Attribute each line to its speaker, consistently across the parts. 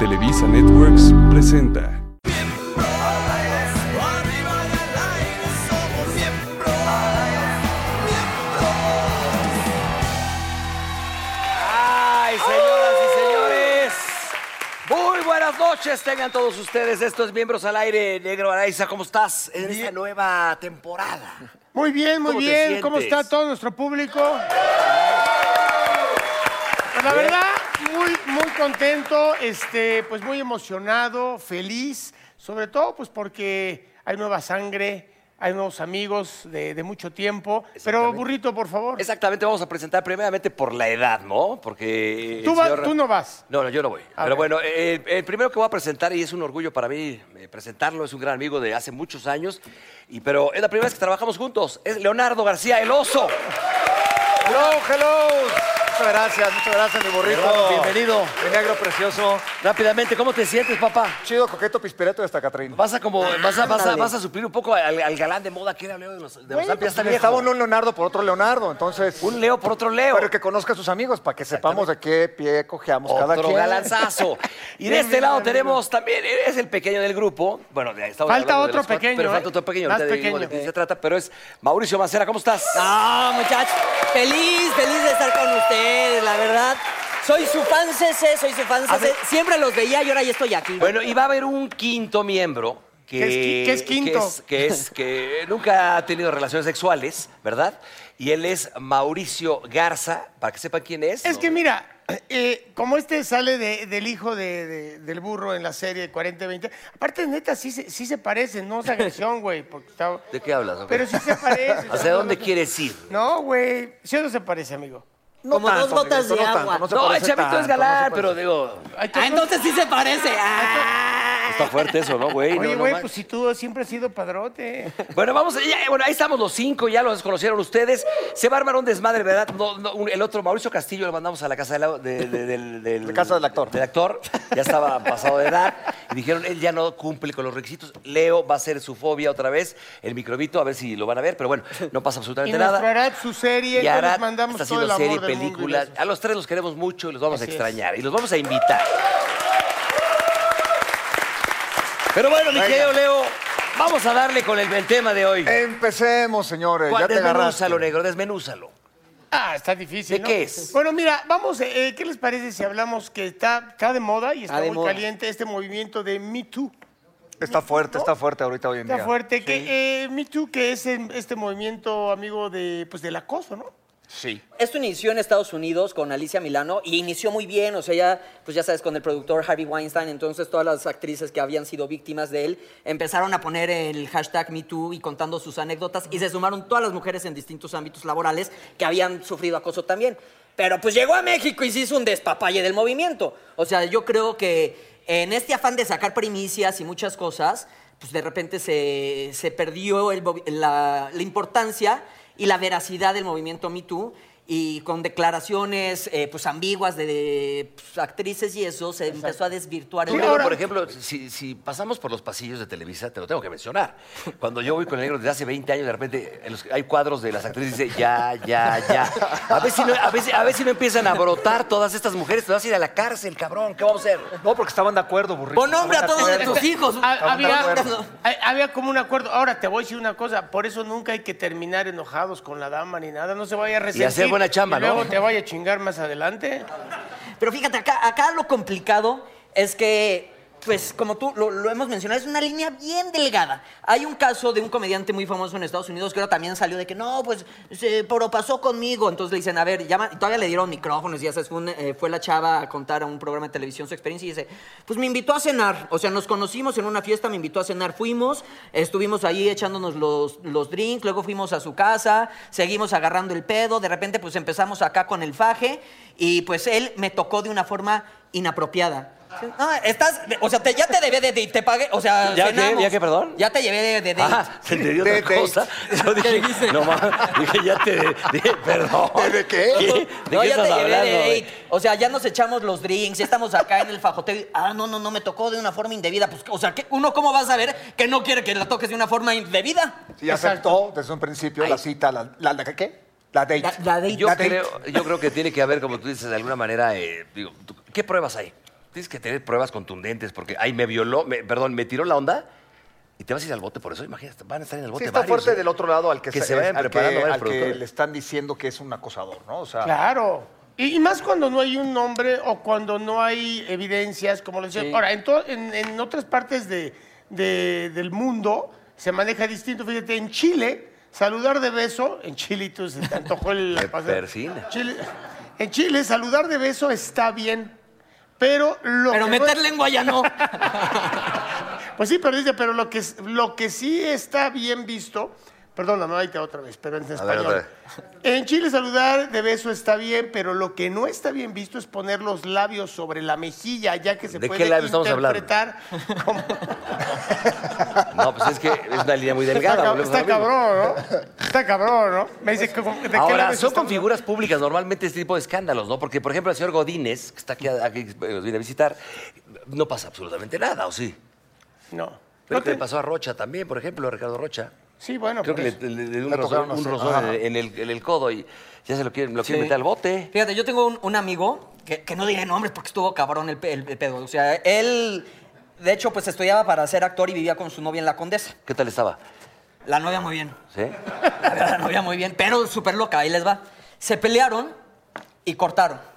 Speaker 1: Televisa Networks presenta.
Speaker 2: ¡Ay, señoras y señores! Muy buenas noches, tengan todos ustedes. Esto es Miembros al Aire. Negro Araiza, ¿cómo estás en esta nueva temporada?
Speaker 3: Muy bien, muy
Speaker 2: ¿Cómo te
Speaker 3: bien. ¿Cómo
Speaker 2: sientes?
Speaker 3: está todo nuestro público? Pues la verdad, muy, muy contento, este, pues muy emocionado, feliz, sobre todo pues porque hay nueva sangre, hay nuevos amigos de, de mucho tiempo. Pero burrito, por favor.
Speaker 2: Exactamente, vamos a presentar primeramente por la edad, ¿no? Porque. el
Speaker 3: Tú vas-
Speaker 2: señor-
Speaker 3: tú no vas.
Speaker 2: No, no, yo no voy.
Speaker 3: Ah,
Speaker 2: Pero
Speaker 3: ok.
Speaker 2: bueno, eh, el primero que voy a presentar, y es un orgullo para mí eh, presentarlo, es un gran amigo de hace muchos años, y, pero es la primera vez que trabajamos juntos. Es Leonardo García, el oso.
Speaker 4: Hello, hello. Muchas gracias, muchas gracias, mi burrito.
Speaker 2: Hello. Bienvenido.
Speaker 4: Mi negro precioso.
Speaker 2: Rápidamente, ¿cómo te sientes, papá?
Speaker 4: Chido, coqueto, pispereto de esta Catrín.
Speaker 2: Vas a como vas a, vas a- vas a suplir un poco al, al galán de moda que era Leo de los, de los Alpes, ya está pues viejo.
Speaker 4: Estaba uno un Leonardo por otro Leonardo, entonces.
Speaker 2: Un Leo por otro Leo.
Speaker 4: Pero que conozca a sus amigos para que sepamos de qué pie cojeamos
Speaker 5: pues,
Speaker 4: cada
Speaker 2: otro
Speaker 4: quien.
Speaker 2: galanzazo. Y de este lado tenemos también, es el pequeño del grupo. Bueno, de- estamos hablando
Speaker 3: Falta
Speaker 2: de
Speaker 3: otro
Speaker 2: los cuatro,
Speaker 3: pequeño,
Speaker 2: Pero
Speaker 3: ¿eh?
Speaker 2: falta otro pequeño.
Speaker 3: Más
Speaker 2: ahorita digo de
Speaker 3: pequeño.
Speaker 2: quién se trata, pero es Mauricio Mancera. ¿Cómo estás?
Speaker 5: No, muchachos, feliz, feliz de estar con ustedes, la verdad. Soy su fan CC, soy su fan CC. Siempre los veía y ahora ya estoy aquí.
Speaker 2: Bueno, y va a haber un quinto miembro. Que,
Speaker 3: ¿Qué es qui- qué es quinto?
Speaker 2: Que, es, que, es- que nunca ha tenido relaciones sexuales, ¿verdad? Y él es Mauricio Garza, para que sepan quién es.
Speaker 3: Es que mira, eh, como este sale de- del hijo de- de- del burro en la serie 40-20, aparte neta sí, se- sí se parecen, no es agresión, güey. porque está-
Speaker 2: ¿De qué hablas? hombre?
Speaker 3: Pero sí se parecen.
Speaker 2: ¿Hacia dónde quieres ir?
Speaker 3: No, güey. Sí o no se parece, amigo.
Speaker 4: No
Speaker 5: Como
Speaker 4: tanto,
Speaker 5: dos gotas
Speaker 4: Miguelito,
Speaker 5: de
Speaker 4: no tanto,
Speaker 5: agua.
Speaker 4: no se
Speaker 2: No, el
Speaker 4: parece
Speaker 2: chavito
Speaker 4: tanto,
Speaker 2: es
Speaker 4: no se
Speaker 2: galán,
Speaker 4: parece.
Speaker 2: pero digo,
Speaker 5: Ah, entonces sí se parece. Ah.
Speaker 2: está fuerte eso, ¿no, güey? No,
Speaker 3: Oye,
Speaker 2: no
Speaker 3: güey,
Speaker 2: manches.
Speaker 3: pues si tú siempre has sido padrote.
Speaker 2: Bueno, vamos, ya, bueno, ahí estamos los cinco, ya los conocieron ustedes. Se va a armar un desmadre, ¿verdad? No, no, un- el otro, Mauricio Castillo, lo mandamos a la casa del au- de- de- del- del-
Speaker 4: La casa del actor.
Speaker 2: Del actor, ya estaba pasado de edad. Y dijeron, él ya no cumple con los requisitos. Leo va a hacer su fobia otra vez, el microbito, a ver si lo van a ver, pero bueno, no pasa
Speaker 3: Y
Speaker 2: absolutamente
Speaker 3: nuestro
Speaker 2: nada.
Speaker 3: Arad, su serie,
Speaker 2: Y
Speaker 3: todos
Speaker 2: Arad
Speaker 3: mandamos
Speaker 2: está
Speaker 3: todo
Speaker 2: haciendo
Speaker 3: el
Speaker 2: serie,
Speaker 3: amor del mundo y
Speaker 2: películas.
Speaker 3: besos.
Speaker 2: A los tres los queremos mucho y los vamos
Speaker 3: Así
Speaker 2: a
Speaker 3: es.
Speaker 2: extrañar. Y los vamos a invitar. Pero bueno, mi
Speaker 4: Venga.
Speaker 2: querido Leo, vamos a darle con el, el tema de hoy.
Speaker 3: Eh,
Speaker 4: Empecemos, señores. Ya te agarraste.
Speaker 2: Desmenúzalo, negro, desmenúzalo.
Speaker 3: Ah, está difícil,
Speaker 2: ¿De
Speaker 3: ¿no?
Speaker 2: qué es?
Speaker 3: Bueno, mira, vamos, eh, ¿qué les parece si hablamos que está, está de moda y está
Speaker 5: Está de
Speaker 3: muy
Speaker 5: moda.
Speaker 3: caliente este movimiento de Me Too?
Speaker 4: Está fuerte, está fuerte ahorita hoy en día.
Speaker 3: Está fuerte. Que, eh, Me Too, que es en- este movimiento, amigo, de, pues, del acoso, ¿no?
Speaker 4: Sí.
Speaker 5: Esto inició en Estados Unidos con Alicia Milano y inició muy bien, o sea, ya, pues ya sabes, con el productor Harvey Weinstein, entonces todas las actrices que habían sido víctimas de él empezaron a poner el hashtag MeToo y contando sus anécdotas y se sumaron todas las mujeres en distintos ámbitos laborales que habían sufrido acoso también. Pero pues llegó a México y se hizo un despapalle del movimiento. O sea, yo creo que en este afán de sacar primicias y muchas cosas, pues de repente se, se perdió el movi- la, la importancia y la veracidad del movimiento Me Too y con declaraciones eh, pues ambiguas de, de, pues, actrices y eso se empezó a desvirtuar
Speaker 2: Tú,
Speaker 5: el
Speaker 2: negro,
Speaker 3: ahora-
Speaker 2: por ejemplo, si, si pasamos por los pasillos de Televisa, te lo tengo que mencionar. Cuando yo voy con el negro desde hace 20 años, de repente en los- hay cuadros de las actrices y dice, ya, ya, ya. A ver, si no, a, ver si- a ver si no empiezan a brotar todas estas mujeres, te vas a ir a la cárcel, cabrón, ¿qué vamos a hacer?
Speaker 4: No, porque estaban de acuerdo, burrito.
Speaker 5: Pon nombre a
Speaker 4: Estaban de
Speaker 5: todos
Speaker 4: acuerdo.
Speaker 5: tus hijos.
Speaker 3: Ha- Ah, había,
Speaker 4: de acuerdo.
Speaker 3: ha- había como un acuerdo. Ahora, te voy a decir una cosa. Por eso nunca hay que terminar enojados con la dama ni nada. No se vaya a resentir.
Speaker 2: buena chamba,
Speaker 3: y luego
Speaker 2: ¿no?
Speaker 3: te vaya a chingar más adelante.
Speaker 5: Pero fíjate, acá, acá lo complicado es que, pues como tú lo, lo hemos mencionado, es una línea bien delgada. Hay un caso de un comediante muy famoso en Estados Unidos que ahora también salió de que no, pues se pasó conmigo. Entonces le dicen, a ver, llama, y todavía le dieron micrófonos y ya sabes, fue, un, eh, fue la chava a contar a un programa de televisión su experiencia y dice, pues me invitó a cenar. O sea, nos conocimos en una fiesta, me invitó a cenar, fuimos, estuvimos ahí echándonos los, los drinks, luego fuimos a su casa, seguimos agarrando el pedo, de repente pues empezamos acá con el faje y pues él me tocó de una forma inapropiada. No, estás, o sea, te- ya te debé de, de- te pagué, o sea,
Speaker 2: ¿Ya qué?
Speaker 5: cenamos.
Speaker 2: ¿Ya qué, perdón?
Speaker 5: Ya te llevé de, de, de-
Speaker 2: Ah, se entendió
Speaker 4: De-
Speaker 2: otra
Speaker 4: de-
Speaker 2: cosa. Yo
Speaker 5: ¿Qué
Speaker 2: dije,
Speaker 5: dijiste?
Speaker 2: no mames, dije, ya te dije, perdón.
Speaker 4: ¿De- de qué?
Speaker 2: ¿De
Speaker 5: No,
Speaker 2: qué
Speaker 5: ya
Speaker 2: estás
Speaker 5: te llevé
Speaker 2: hablando,
Speaker 5: de
Speaker 2: güey?
Speaker 5: date. O sea, ya nos echamos los drinks, ya estamos acá en el fajoteo. y, Ah, no, no, no, me tocó de una forma indebida. Pues, o sea, ¿qué- ¿uno cómo va a saber que no quiere que la toques de una forma indebida?
Speaker 4: Si ya aceptó desde un principio la cita, la, la, la- ¿qué? La date.
Speaker 5: La- la date.
Speaker 2: Yo creo, yo creo que tiene que haber, como tú dices, de alguna manera, eh, digo, tú- ¿qué pruebas hay? Tienes que tener pruebas contundentes, porque ahí me violó, me- perdón, me tiró la onda y te vas a ir al bote por eso. Imagínate, van a estar en el bote
Speaker 4: Sí, está
Speaker 2: varios,
Speaker 4: fuerte
Speaker 2: eh,
Speaker 4: del otro lado al que,
Speaker 2: se vayan
Speaker 4: al que-
Speaker 2: preparando ¿eh? varios
Speaker 4: al que
Speaker 2: productores.
Speaker 4: le están diciendo que es un acosador, ¿no? O sea,
Speaker 3: Claro. Y, y más cuando no hay un nombre o cuando no hay evidencias, como lo decía. Ahora, en, to- en- en otras partes de- de- del mundo se maneja distinto. Fíjate, en Chile, saludar de beso, en Chile tú se te antojó el...
Speaker 2: Me
Speaker 3: paseo.
Speaker 2: persina.
Speaker 3: Chile- en Chile, saludar de beso está bien, pero lo
Speaker 5: Pero
Speaker 3: que no-
Speaker 5: meter lengua ya no.
Speaker 3: pues sí, pero dice, pero lo que, lo que sí está bien visto, perdóname, ahí te va otra vez, pero en
Speaker 2: ver,
Speaker 3: español.
Speaker 2: otra vez.
Speaker 3: en Chile saludar de beso está bien, pero lo que no está bien visto es poner los labios sobre la mejilla, ya que se
Speaker 2: ¿De qué
Speaker 3: puede
Speaker 2: labios estamos hablando?
Speaker 3: interpretar como...
Speaker 2: No, pues es que es una línea muy
Speaker 3: Está,
Speaker 2: delgada.
Speaker 3: cab-
Speaker 2: volvemos a
Speaker 3: está
Speaker 2: lo mismo.
Speaker 3: cabrón, ¿no? Está cabrón, ¿no? Me dice, ¿de qué
Speaker 2: Ahora,
Speaker 3: labios
Speaker 2: son con
Speaker 3: estamos-
Speaker 2: figuras públicas normalmente este tipo de escándalos, ¿no? Porque, por ejemplo, el señor Godínez, que está aquí, aquí, eh, nos viene a visitar, no pasa absolutamente nada, ¿o sí?
Speaker 3: No.
Speaker 2: Pero
Speaker 3: No
Speaker 2: que
Speaker 3: te-
Speaker 2: le pasó a Rocha también, por ejemplo, a Ricardo Rocha.
Speaker 3: Sí, bueno. pues,
Speaker 2: Creo que
Speaker 3: Ah, por
Speaker 2: le,
Speaker 3: eso.
Speaker 2: le- le dio un
Speaker 4: Le tocaron
Speaker 2: rozón, un
Speaker 4: los-
Speaker 2: rozón
Speaker 4: ajá.
Speaker 2: en, en el, en el codo y ya se lo quieren, lo quieren
Speaker 5: Sí.
Speaker 2: meter al bote.
Speaker 5: Fíjate, yo tengo un, un amigo que, que no diré nombres porque estuvo cabrón el, pe- el- el pedo. O sea, él, de hecho, pues estudiaba para ser actor y vivía con su novia en la condesa.
Speaker 2: ¿Qué tal estaba?
Speaker 5: La novia muy bien.
Speaker 2: ¿Sí?
Speaker 5: La verdad, no veía muy bien, pero súper loca, ahí les va. Se pelearon y cortaron.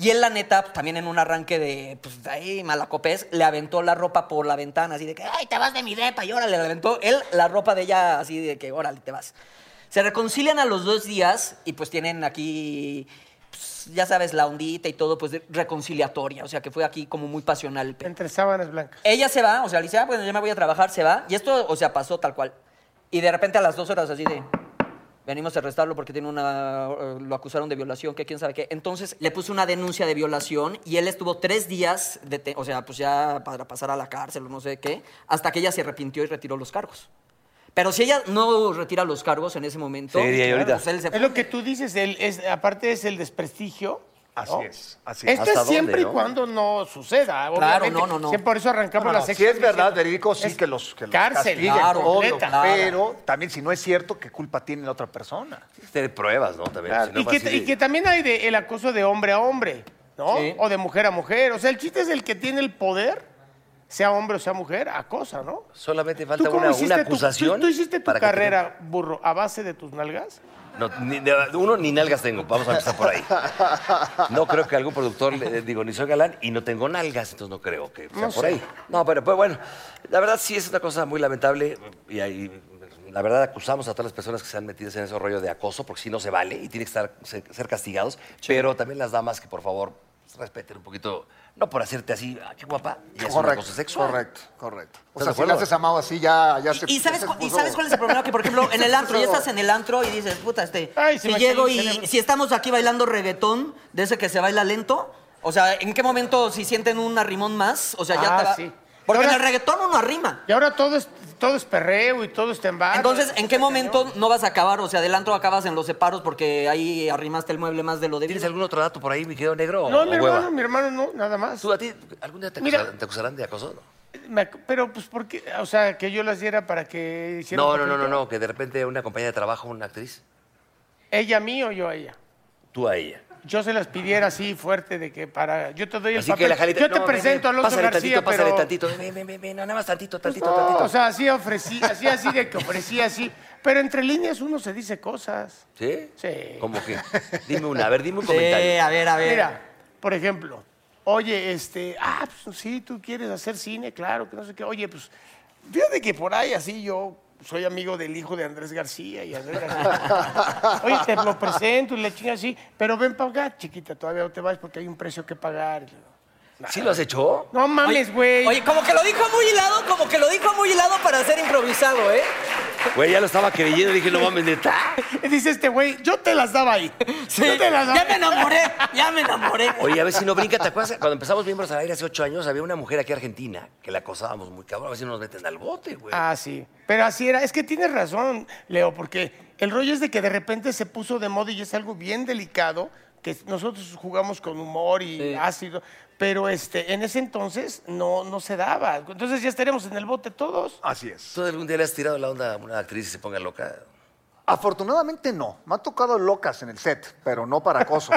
Speaker 5: Y él, la neta, pues, también en un arranque de, pues, de ahí, malacopés, le aventó la ropa por la ventana, así de que, ay, te vas de mi depa, y órale, le aventó él la ropa de ella, así de que, órale, te vas. Se reconcilian a los dos días y pues tienen aquí, pues, ya sabes, la ondita y todo, pues de- reconciliatoria, o sea que fue aquí como muy pasional el pedo.
Speaker 3: Entre sábanas blancas.
Speaker 5: Ella se va, o sea, le dice, ah, bueno, yo me voy a trabajar, se va. Y esto, o sea, pasó tal cual. Y de repente a las dos horas así de, venimos a arrestarlo porque tiene una, eh, lo acusaron de violación, que quién sabe qué. Entonces le puso una denuncia de violación y él estuvo tres días, dete- o sea, pues ya para pasar a la cárcel o no sé qué, hasta que ella se arrepintió y retiró los cargos. Pero si ella no retira los cargos en ese momento,
Speaker 2: Seguiría ahí ahorita.
Speaker 5: pues él se
Speaker 3: Es lo que tú dices, el- es, aparte es el desprestigio.
Speaker 4: Así
Speaker 3: ¿no?
Speaker 4: es, así es.
Speaker 3: Esto
Speaker 2: ¿Hasta
Speaker 3: es siempre
Speaker 2: dónde,
Speaker 3: y
Speaker 2: no?
Speaker 3: cuando no suceda. obviamente.
Speaker 5: no, no, no.
Speaker 3: Siempre por eso arrancamos
Speaker 4: No, no,
Speaker 3: la
Speaker 4: si
Speaker 3: sección.
Speaker 4: es verdad,
Speaker 3: diciendo-
Speaker 4: verídico, sí
Speaker 3: es
Speaker 4: que los, que los
Speaker 3: cárcel,
Speaker 4: castiguen,
Speaker 5: claro,
Speaker 4: todo,
Speaker 3: completa.
Speaker 4: pero también si no es cierto, ¿qué culpa tiene la otra persona?
Speaker 2: Tienes que Tener pruebas, ¿no? También. si no
Speaker 3: y,
Speaker 2: fue así
Speaker 3: que,
Speaker 2: de-
Speaker 3: y que también hay de- el acoso de hombre a hombre, ¿no?
Speaker 5: Sí.
Speaker 3: O de mujer a mujer. O sea, el chiste es el que tiene el poder, sea hombre o sea mujer, acosa, ¿no?
Speaker 2: Solamente
Speaker 3: ¿Tú
Speaker 2: falta
Speaker 3: cómo
Speaker 2: una,
Speaker 3: hiciste
Speaker 2: una
Speaker 3: tu-
Speaker 2: acusación.
Speaker 3: tú, tú hiciste tu
Speaker 2: para que te-
Speaker 3: carrera, burro, a base de tus nalgas?
Speaker 2: No, ni- de- uno ni nalgas tengo, vamos a empezar por ahí. No creo que algún productor, le- eh, digo, ni soy galán y no tengo nalgas, entonces no creo que sea
Speaker 3: No
Speaker 2: por
Speaker 3: sé.
Speaker 2: ahí. No, pero pues bueno, la verdad sí es una cosa muy lamentable y ahí, la verdad acusamos a todas las personas que se han metido en ese rollo de acoso porque sí no se vale y tienen que estar, ser, ser castigados, pero también las damas que por favor respeten un poquito, no por hacerte así, ah, qué guapa, y es una cosa sexual.
Speaker 4: correcto, correcto. O
Speaker 2: ¿Estás
Speaker 4: sea,
Speaker 2: de
Speaker 4: si le
Speaker 2: acuerdo?
Speaker 4: haces amado así, ya, ya se
Speaker 5: Y, y sabes,
Speaker 4: se
Speaker 5: cu- y
Speaker 4: puso-
Speaker 5: sabes cuál es el problema que, por ejemplo, en el antro, ya estás en el antro y dices, puta, este,
Speaker 3: Ay, se
Speaker 5: si
Speaker 3: me
Speaker 5: llego
Speaker 3: cayó el
Speaker 5: y
Speaker 3: cerebro.
Speaker 5: si estamos aquí bailando reggaetón, de ese que se baila lento, o sea, ¿en qué momento si sienten un arrimón más? O sea, ya
Speaker 3: Ah,
Speaker 5: te va-
Speaker 3: sí.
Speaker 5: Porque en
Speaker 3: Ahora-
Speaker 5: el reggaetón uno arrima.
Speaker 3: Y ahora todo es, todo es perreo y todo es tembar.
Speaker 5: Entonces, ¿en qué momento no vas a acabar? O sea, del antro acabas en los separos porque ahí arrimaste el mueble más de lo
Speaker 2: ¿Tienes
Speaker 5: debido.
Speaker 2: algún otro dato por ahí, mi querido negro?
Speaker 3: No,
Speaker 2: o
Speaker 3: mi
Speaker 2: hueva?
Speaker 3: hermano, mi hermano no, nada más.
Speaker 2: ¿Tú a ti algún día te,
Speaker 3: Mira.
Speaker 2: acusarán, te acusarán de acoso? no?
Speaker 3: Me ac- pero, pues, ¿por qué? O sea, que yo las diera para que hiciera.
Speaker 2: No,
Speaker 3: un
Speaker 2: no, no, no,
Speaker 3: papelito.
Speaker 2: no, que de repente una compañía de trabajo, una actriz,
Speaker 3: ¿Ella a mí o yo a ella?
Speaker 2: tú a ella.
Speaker 3: Yo se las pidiera así fuerte de que para. Yo te doy el
Speaker 2: Así
Speaker 3: papel.
Speaker 2: que la jalita.
Speaker 3: yo te
Speaker 2: no, ven,
Speaker 3: presento a
Speaker 2: ven,
Speaker 3: Alonso
Speaker 2: pásale
Speaker 3: García,
Speaker 2: tantito, pásale
Speaker 3: pero.
Speaker 2: tantito, ven, ven, ven, ven, nada más tantito, tantito,
Speaker 3: No,
Speaker 2: tantito.
Speaker 3: o sea, así ofrecí, así, así de que ofrecí, así. Pero entre líneas uno se dice cosas.
Speaker 2: ¿Sí?
Speaker 3: Sí.
Speaker 2: ¿Cómo que? Dime una, a ver, dime un
Speaker 5: Sí,
Speaker 2: comentario.
Speaker 5: a ver, a ver.
Speaker 3: Mira, por ejemplo, oye, este, ah, pues sí, tú quieres hacer cine, claro, que no sé qué. Oye, pues, fíjate que por ahí así yo soy amigo del hijo de Andrés García y Andrés García. Oye, te lo presento y le chinga así, pero ven para acá, chiquita, todavía no te vas porque hay un precio que pagar.
Speaker 2: ¿Sí lo has hecho?
Speaker 3: No mames, güey.
Speaker 5: Oye, como que lo dijo muy hilado, como que lo dijo muy hilado para ser improvisado, ¿eh?
Speaker 2: Güey, ya lo estaba creyendo. Dije, no mames, neta.
Speaker 3: Dice este güey, yo te las daba ahí. Yo te las daba.
Speaker 5: Ya me enamoré, ya me enamoré.
Speaker 2: Oye, a ver si no brinca. ¿Te acuerdas? Cuando empezamos Miembros al Aire hace ocho años, había una mujer aquí argentina que la acosábamos muy cabrón. A ver si no nos meten al bote, güey.
Speaker 3: Ah, sí. Pero así era. Es que tienes razón, Leo, porque el rollo es de que de repente se puso de moda y es algo bien delicado, que nosotros jugamos con humor y ácido, pero este, en ese entonces no, no se daba. Entonces ya estaríamos en el bote todos.
Speaker 4: Así es.
Speaker 2: ¿Tú algún día le has tirado la onda a una actriz y se ponga loca?
Speaker 4: Afortunadamente no. Me han tocado locas en el set, pero no para acoso.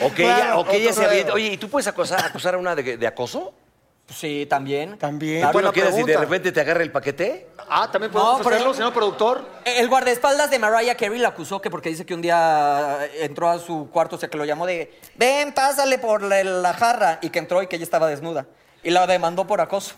Speaker 2: O que
Speaker 3: Claro,
Speaker 2: ella, o que ella
Speaker 4: otro
Speaker 2: se
Speaker 4: pedo.
Speaker 2: avienta. Oye, ¿y tú puedes acosar, acusar a una de, de acoso?
Speaker 5: Sí, también.
Speaker 3: También.
Speaker 2: ¿Tú
Speaker 4: buena
Speaker 2: no quieres y de
Speaker 4: pregunta.
Speaker 2: repente te agarra el paquete?
Speaker 4: Ah, también
Speaker 5: No,
Speaker 4: podemos
Speaker 5: por
Speaker 4: hacerlo,
Speaker 5: ejemplo-
Speaker 4: señor productor.
Speaker 5: El guardaespaldas de Mariah Carey la acusó que porque dice que un día entró a su cuarto, o sea, que lo llamó de, ven, pásale por la, la jarra, y que entró y que ella estaba desnuda. Y la demandó por acoso,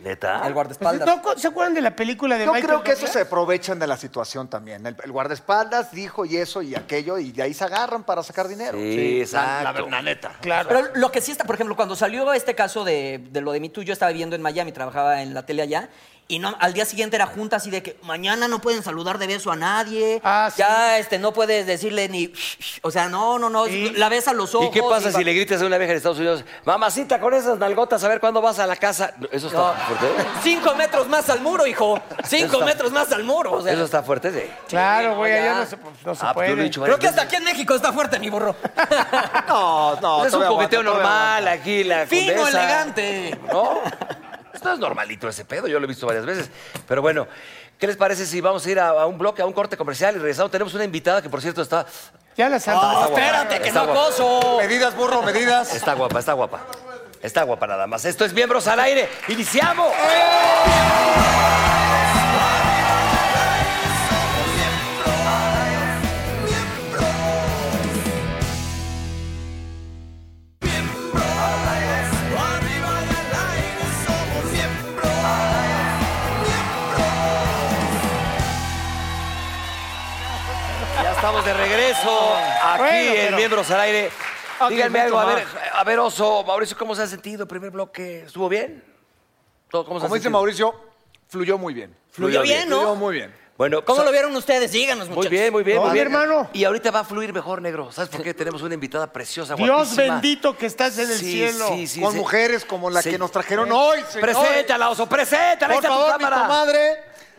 Speaker 2: ¿Neta?
Speaker 5: el guardaespaldas.
Speaker 3: Pues ¿No co- ¿Se acuerdan de la película de
Speaker 4: Yo
Speaker 3: Michael
Speaker 4: creo que eso se
Speaker 3: Douglas?
Speaker 4: aprovechan de la situación también. El, el guardaespaldas dijo y eso y aquello, y de ahí se agarran para sacar dinero.
Speaker 2: Sí, exacto. La, neta.
Speaker 3: Claro.
Speaker 5: Pero lo que sí está, por ejemplo, cuando salió este caso de, de lo de mí tú, yo estaba viviendo en Miami, trabajaba en la tele allá, y no, al día siguiente era junta así de que mañana no pueden saludar de beso a nadie,
Speaker 3: Ah, sí.
Speaker 5: ya este, no puedes decirle ni, o sea, no, no, no,
Speaker 3: ¿Y?
Speaker 5: la ves a los ojos.
Speaker 2: ¿Y qué pasa
Speaker 5: va-
Speaker 2: si le gritas a una vieja en Estados Unidos, mamacita, con esas nalgotas, a ver cuándo vas a la casa? No, Eso está fuerte. ¿eh?
Speaker 5: Cinco metros más al muro, hijo. Cinco metros más al muro. o sea.
Speaker 2: Eso está fuerte, sí.
Speaker 3: Claro,
Speaker 5: Sí,
Speaker 3: güey,
Speaker 5: no,
Speaker 3: allá
Speaker 5: ya.
Speaker 3: no se, no se
Speaker 2: Ah, pues, yo lo he
Speaker 3: puede.
Speaker 2: dicho
Speaker 5: Creo
Speaker 2: varias
Speaker 5: que hasta
Speaker 2: veces.
Speaker 5: aquí en México está fuerte, mi burro.
Speaker 4: No, no.
Speaker 2: es un coqueteo
Speaker 4: todavía aguanta, todavía
Speaker 2: normal
Speaker 4: aguanta.
Speaker 2: aquí, la
Speaker 5: Fino,
Speaker 2: condesa.
Speaker 5: elegante.
Speaker 2: ¿No? Esto es normalito ese pedo, yo lo he visto varias veces. Pero bueno, ¿qué les parece si vamos a ir a, a un bloque, a un corte comercial y regresamos? Tenemos una invitada que, por cierto, está,
Speaker 3: Ya la santa.
Speaker 5: No,
Speaker 3: Ah, está guapa.
Speaker 5: Oh, espérate, que
Speaker 2: Está
Speaker 5: no
Speaker 2: guapa.
Speaker 5: acoso.
Speaker 4: Medidas, burro, medidas.
Speaker 2: está guapa, está guapa. Está guapa nada más. Esto es Miembros al Aire. ¡Iniciamos! Ya estamos de regreso aquí
Speaker 3: Bueno,
Speaker 2: en
Speaker 3: pero-
Speaker 2: Miembros al Aire.
Speaker 3: Ok,
Speaker 2: Díganme algo, a
Speaker 3: mucho
Speaker 2: ver, a ver, Oso, Mauricio, ¿cómo se ha sentido el primer bloque? ¿Estuvo bien? ¿Todo- ¿Cómo se ha
Speaker 4: Como dice
Speaker 2: sentido?
Speaker 4: Mauricio, fluyó muy bien.
Speaker 5: Fluyó bien, ¿no?
Speaker 4: Fluyó muy bien.
Speaker 2: Bueno,
Speaker 5: ¿Cómo
Speaker 2: sa-
Speaker 5: lo vieron ustedes? Díganos,
Speaker 2: Muy
Speaker 5: muchachos.
Speaker 2: bien, muy bien,
Speaker 3: No,
Speaker 2: muy
Speaker 3: mi
Speaker 2: bien.
Speaker 3: hermano.
Speaker 2: Y ahorita va a fluir mejor, negro. ¿Sabes por qué? Tenemos una invitada preciosa,
Speaker 3: Dios
Speaker 2: guapísima.
Speaker 3: bendito que estás en el
Speaker 2: Sí,
Speaker 3: cielo.
Speaker 2: sí, sí.
Speaker 4: Con mujeres como la
Speaker 2: Sí.
Speaker 4: que nos trajeron hoy, señores.
Speaker 2: Preséntala, Oso, preséntala. Ahí
Speaker 4: Por
Speaker 2: está Eh, tu
Speaker 4: favor, mi
Speaker 2: cámara.
Speaker 4: comadre,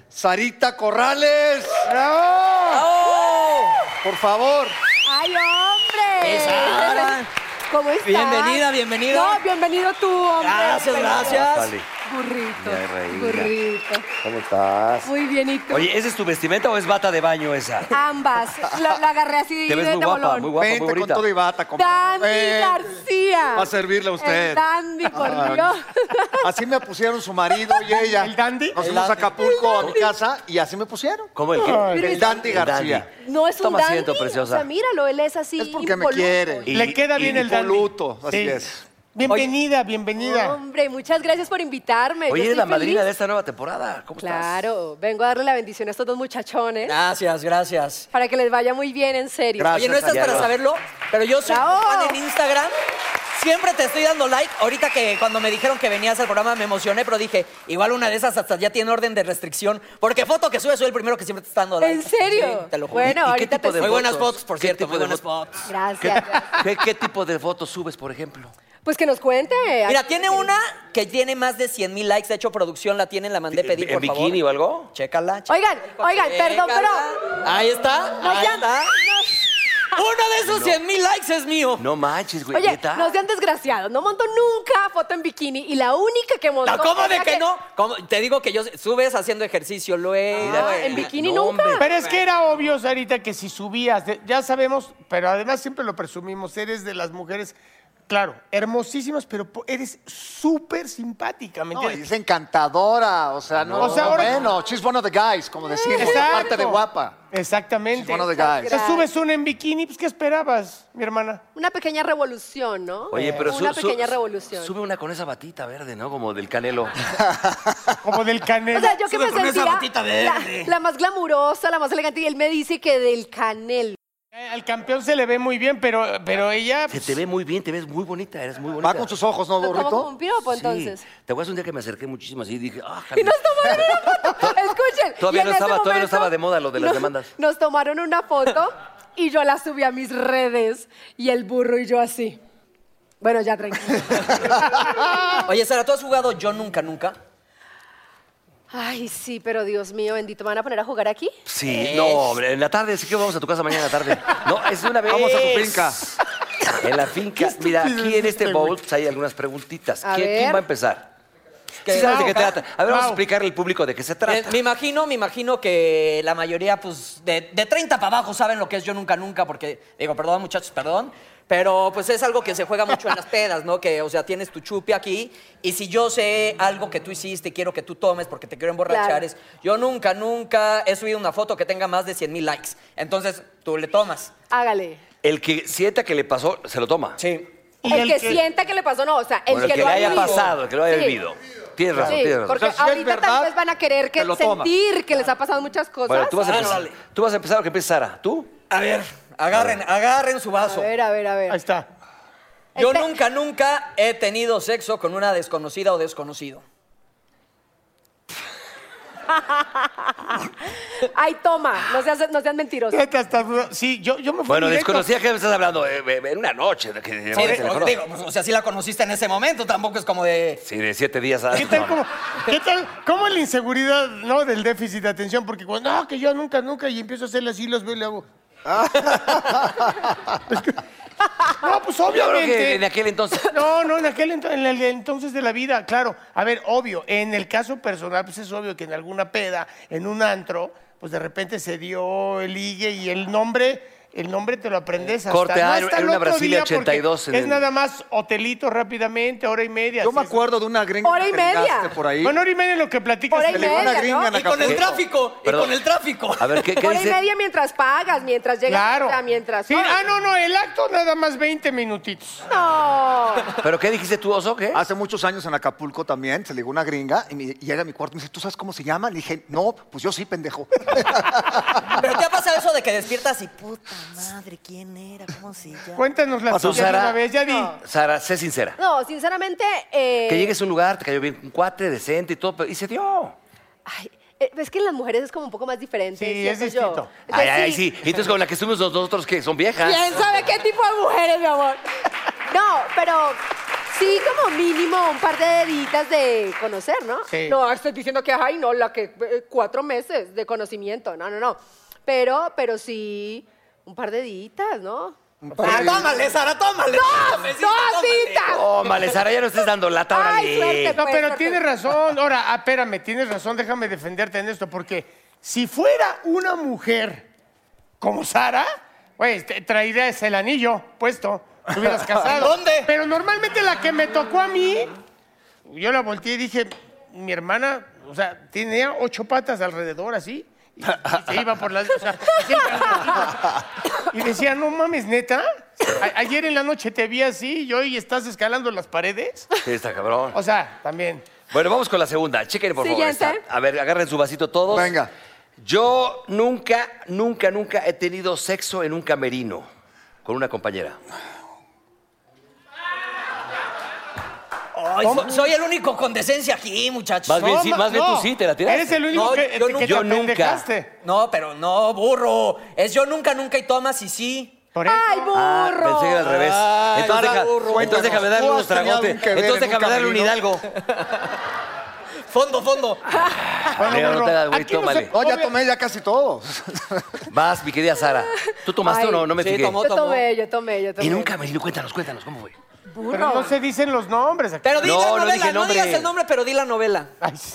Speaker 4: Sarita Corrales.
Speaker 3: ¡Bravo!
Speaker 5: Oh,
Speaker 4: Por favor.
Speaker 6: ¡Ay, hombre!
Speaker 5: Esa.
Speaker 6: ¿Cómo estás?
Speaker 5: Bienvenida, bienvenida.
Speaker 6: No, bienvenido tú, hombre.
Speaker 2: Ah,
Speaker 5: Gracias,
Speaker 6: Pero-
Speaker 5: gracias.
Speaker 2: Dale.
Speaker 6: Burrito.
Speaker 2: Mi reina.
Speaker 6: Burrito.
Speaker 2: ¿Cómo estás?
Speaker 6: Muy bien, ¿y tú?
Speaker 2: Oye, ¿esa es tu vestimenta o es bata de baño esa?
Speaker 6: Ambas. Lo, lo agarré así
Speaker 2: Te ves
Speaker 6: de
Speaker 2: muy guapa,
Speaker 6: bolón.
Speaker 2: muy guapa, muy
Speaker 4: Vente con
Speaker 2: bonita.
Speaker 4: todo y bata, comadre.
Speaker 6: Dandy
Speaker 4: Ven.
Speaker 6: García.
Speaker 4: Eh, Va a servirle a usted.
Speaker 6: El Dandy, por Dios.
Speaker 4: Así me pusieron su marido y ella.
Speaker 3: ¿El dandy?
Speaker 4: Nos fuimos a Acapulco, a mi casa, y así me pusieron.
Speaker 2: ¿Cómo el qué?
Speaker 6: Pero
Speaker 4: El
Speaker 6: es-
Speaker 4: Dandy
Speaker 2: El
Speaker 4: García.
Speaker 2: dandy.
Speaker 6: No es un
Speaker 2: Toma
Speaker 6: dandy.
Speaker 2: asiento, preciosa.
Speaker 6: O sea, míralo, él es así.
Speaker 4: Es porque me
Speaker 6: impoluto.
Speaker 4: quiere.
Speaker 2: Y-
Speaker 3: Le queda bien
Speaker 2: y-
Speaker 3: el dandy.
Speaker 4: impoluto, así es.
Speaker 3: Bienvenida, bienvenida.
Speaker 6: Hombre, muchas gracias por invitarme. Yo
Speaker 2: Oye,
Speaker 6: estoy
Speaker 2: eres la
Speaker 6: feliz.
Speaker 2: madrina de esta nueva temporada. ¿Cómo estás?
Speaker 6: Claro, vengo a darle la bendición a estos dos muchachones
Speaker 5: Gracias, gracias.
Speaker 6: para que les vaya muy bien, en serio.
Speaker 4: Gracias.
Speaker 5: Oye, no estás
Speaker 2: Santiago.
Speaker 5: para saberlo, pero yo soy
Speaker 6: Bravo.
Speaker 5: tu fan en Instagram. Siempre te estoy dando like. Ahorita que cuando me dijeron que venías al programa me emocioné, pero dije, igual una de esas hasta ya tiene orden de restricción. Porque foto que subes soy el primero que siempre te está dando like.
Speaker 6: ¿En serio?
Speaker 5: Sí, te lo juro.
Speaker 6: Bueno,
Speaker 5: ¿Y qué
Speaker 6: ahorita te
Speaker 5: tipo de Muy
Speaker 6: sigo.
Speaker 5: buenas fotos, por
Speaker 2: ¿Qué
Speaker 5: cierto.
Speaker 2: tipo
Speaker 5: Muy
Speaker 2: de
Speaker 5: buenas
Speaker 2: fotos?
Speaker 5: fotos.
Speaker 6: Gracias.
Speaker 2: ¿Qué, qué tipo de fotos subes, por ejemplo?
Speaker 6: Pues que nos cuente.
Speaker 5: Mira, tiene una que tiene más de 100 mil likes. De hecho, producción la tiene, la mandé pedir,
Speaker 2: ¿En
Speaker 5: por favor.
Speaker 2: bikini o algo?
Speaker 5: Chécala, chécala.
Speaker 6: Oigan, oigan, perdón,
Speaker 5: Chécala. Ahí está.
Speaker 6: pero. Nos
Speaker 5: ahí
Speaker 6: ya-
Speaker 5: está. Uno de esos 100 mil likes es mío.
Speaker 2: No manches, güey.
Speaker 6: Oye,
Speaker 2: ¿neta?
Speaker 6: no sean desgraciados. No monto nunca foto en bikini y la única que montó.
Speaker 5: No, ¿Cómo
Speaker 6: fue
Speaker 5: de
Speaker 6: la
Speaker 5: que no? ¿Cómo? Te digo que yo subes haciendo ejercicio luego.
Speaker 6: Ah, en bikini
Speaker 2: No,
Speaker 6: nunca.
Speaker 2: hombre.
Speaker 3: Pero es que era obvio, Sarita, que si subías, de- ya sabemos, pero además siempre lo presumimos, eres de las mujeres claro, hermosísimas, pero po- eres súper simpática, ¿me
Speaker 4: No, y
Speaker 3: entiendes?
Speaker 4: es encantadora, o sea, no,
Speaker 3: O sea, ahora-
Speaker 4: bueno, she's one of the guys, como decimos,
Speaker 3: Exacto.
Speaker 4: parte de guapa.
Speaker 3: Exactamente.
Speaker 4: She's one of the guys.
Speaker 3: O sea, subes una en bikini, pues ¿qué esperabas, mi hermana?
Speaker 6: Una pequeña revolución, ¿no?
Speaker 2: Oye, pero su-
Speaker 6: Una
Speaker 2: su-
Speaker 6: pequeña revolución.
Speaker 2: Sube una con esa batita verde, ¿no? Como del canelo.
Speaker 3: Como del canelo.
Speaker 6: O sea, yo que
Speaker 5: Sube
Speaker 6: me
Speaker 5: con esa
Speaker 6: sentía
Speaker 5: botita
Speaker 6: la,
Speaker 5: verde.
Speaker 6: la más glamurosa, la más elegante, y él me dice que del canel.
Speaker 3: Eh, Al campeón se le ve muy bien, pero, pero ella. pues,
Speaker 2: Se te ve muy bien, te ves muy bonita, eres muy bonita.
Speaker 4: Va con sus ojos, ¿no,
Speaker 6: Como con
Speaker 4: burrito?
Speaker 6: un piropo,
Speaker 2: Sí.
Speaker 6: Pues entonces.
Speaker 2: Te acuerdas un día que me acerqué muchísimo así y dije, ah,
Speaker 6: Y
Speaker 2: Javier,
Speaker 6: nos tomaron una foto. Escuchen.
Speaker 2: Todavía
Speaker 6: y en
Speaker 2: no
Speaker 6: ese
Speaker 2: estaba- todavía no
Speaker 6: momento
Speaker 2: estaba de moda lo de las demandas.
Speaker 6: Nos tomaron una foto y yo la subí a mis redes. Y el burro y yo así. Bueno, ya tranquilo.
Speaker 5: Oye, Sara, ¿tú has jugado Yo Nunca Nunca?
Speaker 6: Ay, sí, pero Dios mío, bendito, ¿me van a poner a jugar aquí?
Speaker 2: Sí, no, hombre, en la tarde, sí que vamos a tu casa mañana en la tarde. No, es de una vez.
Speaker 4: Vamos a tu finca.
Speaker 2: En la finca. Mira, aquí en este bowl pues, hay algunas preguntitas.
Speaker 6: A
Speaker 2: ¿Quién,
Speaker 6: ver.
Speaker 2: quién va a empezar? ¿Sí sabes de qué
Speaker 3: Mau.
Speaker 2: trata? A ver, vamos a
Speaker 3: Mau.
Speaker 2: explicarle al público de qué se
Speaker 5: Eh,
Speaker 2: trata.
Speaker 5: me imagino, me imagino que la mayoría, pues, de, de 30 para abajo saben lo que es Yo Nunca Nunca, porque, digo, perdón, muchachos, perdón, pero pues es algo que se juega mucho en las pedas, ¿no? Que, o sea, tienes tu chupe aquí y si yo sé algo que tú hiciste y quiero que tú tomes porque te quiero emborrachar,
Speaker 6: Claro.
Speaker 5: es yo nunca, nunca he subido una foto que tenga más de 100 mil likes. Entonces, tú le tomas.
Speaker 6: Hágale.
Speaker 2: El que sienta que le pasó, se lo toma.
Speaker 5: Sí.
Speaker 3: Y
Speaker 6: El,
Speaker 3: el
Speaker 6: que,
Speaker 3: que-
Speaker 6: sienta que le pasó, no, o sea, el
Speaker 2: Bueno, el
Speaker 6: que,
Speaker 2: que
Speaker 6: lo
Speaker 2: le
Speaker 6: ha
Speaker 2: haya
Speaker 6: vivido.
Speaker 2: pasado, el que lo haya
Speaker 6: Sí.
Speaker 2: vivido. Tienes razón,
Speaker 6: Sí,
Speaker 2: tienes razón.
Speaker 6: porque
Speaker 4: O sea, si es
Speaker 6: ahorita
Speaker 4: verdad,
Speaker 6: tal vez van a querer que
Speaker 4: te lo tomas.
Speaker 6: sentir que les ha pasado muchas cosas.
Speaker 2: Bueno, tú vas, a
Speaker 5: Ah,
Speaker 2: empezar,
Speaker 5: dale. Ah,
Speaker 2: tú vas a empezar o que empiece Sara. ¿Tú?
Speaker 5: A ver, agarren, agarren su
Speaker 6: A
Speaker 5: vaso.
Speaker 6: ver, a ver, a
Speaker 3: Ahí
Speaker 6: ver.
Speaker 3: está.
Speaker 5: Yo
Speaker 6: Este-
Speaker 5: nunca, nunca he tenido sexo con una desconocida o desconocido.
Speaker 6: Ay, toma, no seas, no seas mentiroso.
Speaker 3: Neta, hasta duda- Sí, yo, yo me fui
Speaker 2: Bueno,
Speaker 3: directo.
Speaker 2: desconocía que me estás hablando. eh, eh, en una noche. Que,
Speaker 5: Sí,
Speaker 2: que
Speaker 5: de-
Speaker 2: se le
Speaker 5: o-
Speaker 2: conoce.
Speaker 5: digo, pues, o sea, si la conociste en ese momento, tampoco es como de.
Speaker 2: Sí, de siete días. a-
Speaker 3: ¿Qué tal, como, ¿Qué tal? ¿Cómo la inseguridad, no, del déficit de atención? Porque cuando, no, que yo nunca, nunca, y empiezo a hacerle así, los veo y le hago. no, pues
Speaker 2: Ah. Yo creo
Speaker 3: obviamente.
Speaker 2: que en aquel entonces.
Speaker 3: No, no, en aquel ento- en el entonces de la vida, claro. A ver, obvio, en el caso personal, pues es obvio que en alguna peda, en un antro, pues de repente se dio el ligue y el nombre, el nombre te lo aprendes hasta,
Speaker 2: Corte,
Speaker 3: no
Speaker 2: ah,
Speaker 3: hasta
Speaker 2: era
Speaker 3: el
Speaker 2: una
Speaker 3: otro
Speaker 2: Brasilia
Speaker 3: día porque
Speaker 2: 82 en
Speaker 3: Es
Speaker 2: el-
Speaker 3: nada más hotelito rápidamente, hora y media.
Speaker 4: Yo me
Speaker 3: sí, sí.
Speaker 4: acuerdo de una gringa
Speaker 6: Hora y
Speaker 4: que ligaste
Speaker 6: media.
Speaker 4: por ahí.
Speaker 3: Bueno, hora y media en lo que platicas.
Speaker 6: Hora y
Speaker 4: Se ligó una
Speaker 6: media,
Speaker 4: gringa
Speaker 6: ¿no?
Speaker 4: en
Speaker 5: Y con el
Speaker 4: Acapulco.
Speaker 5: tráfico, y
Speaker 2: Perdón.
Speaker 5: con el tráfico.
Speaker 2: A ver, ¿qué, qué
Speaker 6: Hora y
Speaker 2: dice?
Speaker 6: media mientras pagas, mientras llegas,
Speaker 3: Claro.
Speaker 6: o sea, mientras...
Speaker 3: Sí, ah, no, no, el acto nada más 20 minutitos.
Speaker 6: No.
Speaker 2: ¿Pero qué dijiste tú, oso? ¿Qué?
Speaker 4: Hace muchos años en Acapulco también, se ligó una gringa y me- llega a mi cuarto y me dice, ¿tú sabes cómo se llama? Le dije, no, pues yo sí, pendejo.
Speaker 5: Pero te ha pasado eso de que despiertas y.
Speaker 7: Puta madre, ¿quién era? ¿Cómo se llama?
Speaker 3: Cuéntanos la
Speaker 2: Pasó,
Speaker 3: tuya de
Speaker 2: Sara.
Speaker 3: una vez, ya di.
Speaker 2: Sara, sé sincera.
Speaker 6: No, sinceramente... eh,
Speaker 2: Que llegues a un lugar, te cayó bien un cuate decente y todo, pero- y se dio.
Speaker 6: ay, eh, es que en las mujeres es como un poco más diferente.
Speaker 3: Sí, es
Speaker 6: siento yo.
Speaker 3: distinto.
Speaker 6: O sea,
Speaker 2: Ay, ay, sí. Y entonces con la que estuvimos nosotros, que son viejas.
Speaker 6: ¿Quién sabe qué tipo de mujeres, mi amor? No, pero sí como mínimo un par de deditas de conocer, ¿no?
Speaker 3: Sí.
Speaker 6: No, estoy diciendo que, ay, no, la que eh, cuatro meses de conocimiento, no, no, no. Pero, pero sí un par de deditas, ¿no?
Speaker 5: Ah, tómale, Sara, tómale. tómale, sí,
Speaker 6: ¡Dos
Speaker 5: tómale.
Speaker 6: ditas!
Speaker 2: Oh, vale, Sara, ya no estés dando lata,
Speaker 6: Ay,
Speaker 2: órale.
Speaker 6: suerte.
Speaker 3: No,
Speaker 6: Pues,
Speaker 3: pero
Speaker 6: porque-
Speaker 3: tienes razón. Ahora, ah, espérame, tienes razón, déjame defenderte en esto, porque si fuera una mujer como Sara, pues te traerías el anillo puesto, te hubieras casado.
Speaker 5: ¿Dónde?
Speaker 3: Pero normalmente la que me tocó a mí, yo la volteé y dije, mi hermana, o sea, tenía ocho patas alrededor así. Y y se iba por las. o sea, así el caminito. y decía, no mames, neta. A- ayer en la noche te vi así y hoy estás escalando las paredes.
Speaker 2: Sí, está cabrón.
Speaker 3: O sea, también.
Speaker 2: Bueno, vamos con la segunda. Chequen, por favor.
Speaker 6: Siguiente.
Speaker 2: esta. A ver, agarren su vasito todos.
Speaker 4: Pues, Venga.
Speaker 2: Yo nunca, nunca, nunca he tenido sexo en un camerino con una compañera.
Speaker 5: Ay, so- soy el único con decencia aquí, muchachos.
Speaker 2: Más bien,
Speaker 3: No,
Speaker 2: sí,
Speaker 3: ma-
Speaker 2: más bien
Speaker 3: no.
Speaker 2: tú sí, te la tiraste.
Speaker 3: Eres el único
Speaker 5: No,
Speaker 3: que,
Speaker 5: yo
Speaker 3: que
Speaker 5: nunca-
Speaker 3: te
Speaker 2: yo nunca.
Speaker 3: apendejaste.
Speaker 5: No, pero no, burro. Es yo nunca, nunca y tomas y sí.
Speaker 3: Por eso.
Speaker 6: ¡Ay,
Speaker 2: Ah,
Speaker 6: burro!
Speaker 2: pensé que era al revés.
Speaker 5: Ay,
Speaker 2: entonces,
Speaker 5: está
Speaker 2: deja-
Speaker 5: burro.
Speaker 2: entonces
Speaker 5: Cuéntanos,
Speaker 2: déjame darle
Speaker 4: ¿tú has
Speaker 2: unos
Speaker 4: tenido
Speaker 2: tragotes.
Speaker 4: algún que ver
Speaker 2: Entonces
Speaker 4: en un
Speaker 2: déjame darle un hidalgo.
Speaker 5: Fondo, fondo.
Speaker 3: Bueno,
Speaker 2: Leo, no
Speaker 3: burro,
Speaker 2: te hagas, güey,
Speaker 3: aquí no se-
Speaker 2: tómale.
Speaker 4: No, ya
Speaker 3: obvio-
Speaker 4: tomé ya casi todos.
Speaker 2: Vas, mi querida Sara. ¿Tú tomaste
Speaker 6: Ay,
Speaker 2: o no? No me
Speaker 5: sí,
Speaker 2: fijé.
Speaker 5: tomó.
Speaker 6: Yo tomé, yo tomé, yo tomé.
Speaker 2: En un camerino, cuéntanos, cuéntanos, ¿cómo fue?
Speaker 6: Burro.
Speaker 3: Pero no se dicen los nombres. Aquí.
Speaker 5: Pero di
Speaker 2: No,
Speaker 5: la
Speaker 2: no
Speaker 5: novela,
Speaker 2: dije
Speaker 5: no digas
Speaker 2: nombre.
Speaker 5: el nombre, pero di la novela.
Speaker 3: Ay, sí.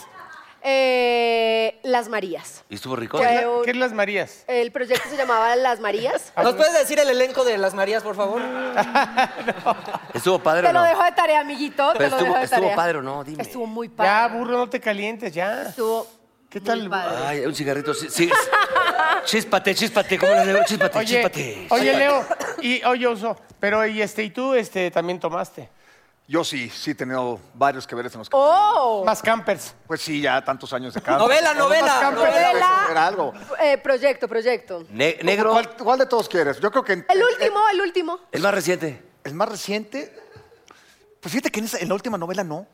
Speaker 6: Eh, Las Marías.
Speaker 2: ¿Y estuvo rico?
Speaker 6: Fue
Speaker 3: ¿Qué-
Speaker 6: un-
Speaker 3: ¿Qué es las Marías?
Speaker 6: El proyecto se llamaba Las Marías.
Speaker 5: ¿Nos puedes decir el elenco de Las Marías, por favor?
Speaker 2: Ah, ¿Estuvo padre
Speaker 6: Te
Speaker 2: o
Speaker 6: lo
Speaker 2: no?
Speaker 6: dejo de tarea, amiguito. Te
Speaker 2: Pero
Speaker 6: lo
Speaker 2: estuvo-
Speaker 6: dejo de
Speaker 2: estuvo
Speaker 6: tarea.
Speaker 2: padre o no, dime.
Speaker 6: Estuvo muy padre.
Speaker 3: Ya, burro, no te calientes, ya.
Speaker 6: Estuvo
Speaker 3: ¿Qué
Speaker 6: muy
Speaker 3: tal? Ah.
Speaker 6: padre.
Speaker 2: Ay, un cigarrito. Sí, sí. Chíspate, chíspate. ¿Cómo le digo? Chíspate,
Speaker 3: Oye,
Speaker 2: chíspate.
Speaker 3: oye, Leo, y oye, Oso, pero y este, y tú este también tomaste.
Speaker 4: Yo sí, sí he tenido varios que veres en los que...
Speaker 6: ¡Oh!
Speaker 3: Más campers.
Speaker 4: Pues sí, ya tantos años de cama.
Speaker 5: Novela, novela.
Speaker 3: campeón.
Speaker 5: novela.
Speaker 6: Novela.
Speaker 4: Era algo.
Speaker 6: Eh, proyecto, proyecto.
Speaker 2: Ne- negro,
Speaker 4: ¿Cuál, cuál de todos quieres? Yo creo que... en-
Speaker 6: El
Speaker 4: en-
Speaker 6: último, el último.
Speaker 2: el más reciente.
Speaker 4: El más reciente. Pues fíjate que en, esa- en la última novela no.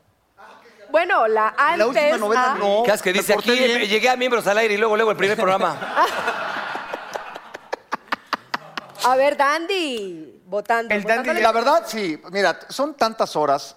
Speaker 6: Bueno, la antes.
Speaker 4: la última novela
Speaker 6: ah,
Speaker 4: no.
Speaker 2: ¿Qué haces que
Speaker 4: Oh, Me
Speaker 2: dice
Speaker 4: porté
Speaker 2: aquí?
Speaker 4: bien.
Speaker 2: eh, Llegué a miembros al aire y luego, luego el primer programa.
Speaker 6: A ver, Dandy. Votando.
Speaker 3: El Dandy-
Speaker 6: votándole.
Speaker 4: La verdad, sí. Mira, son tantas horas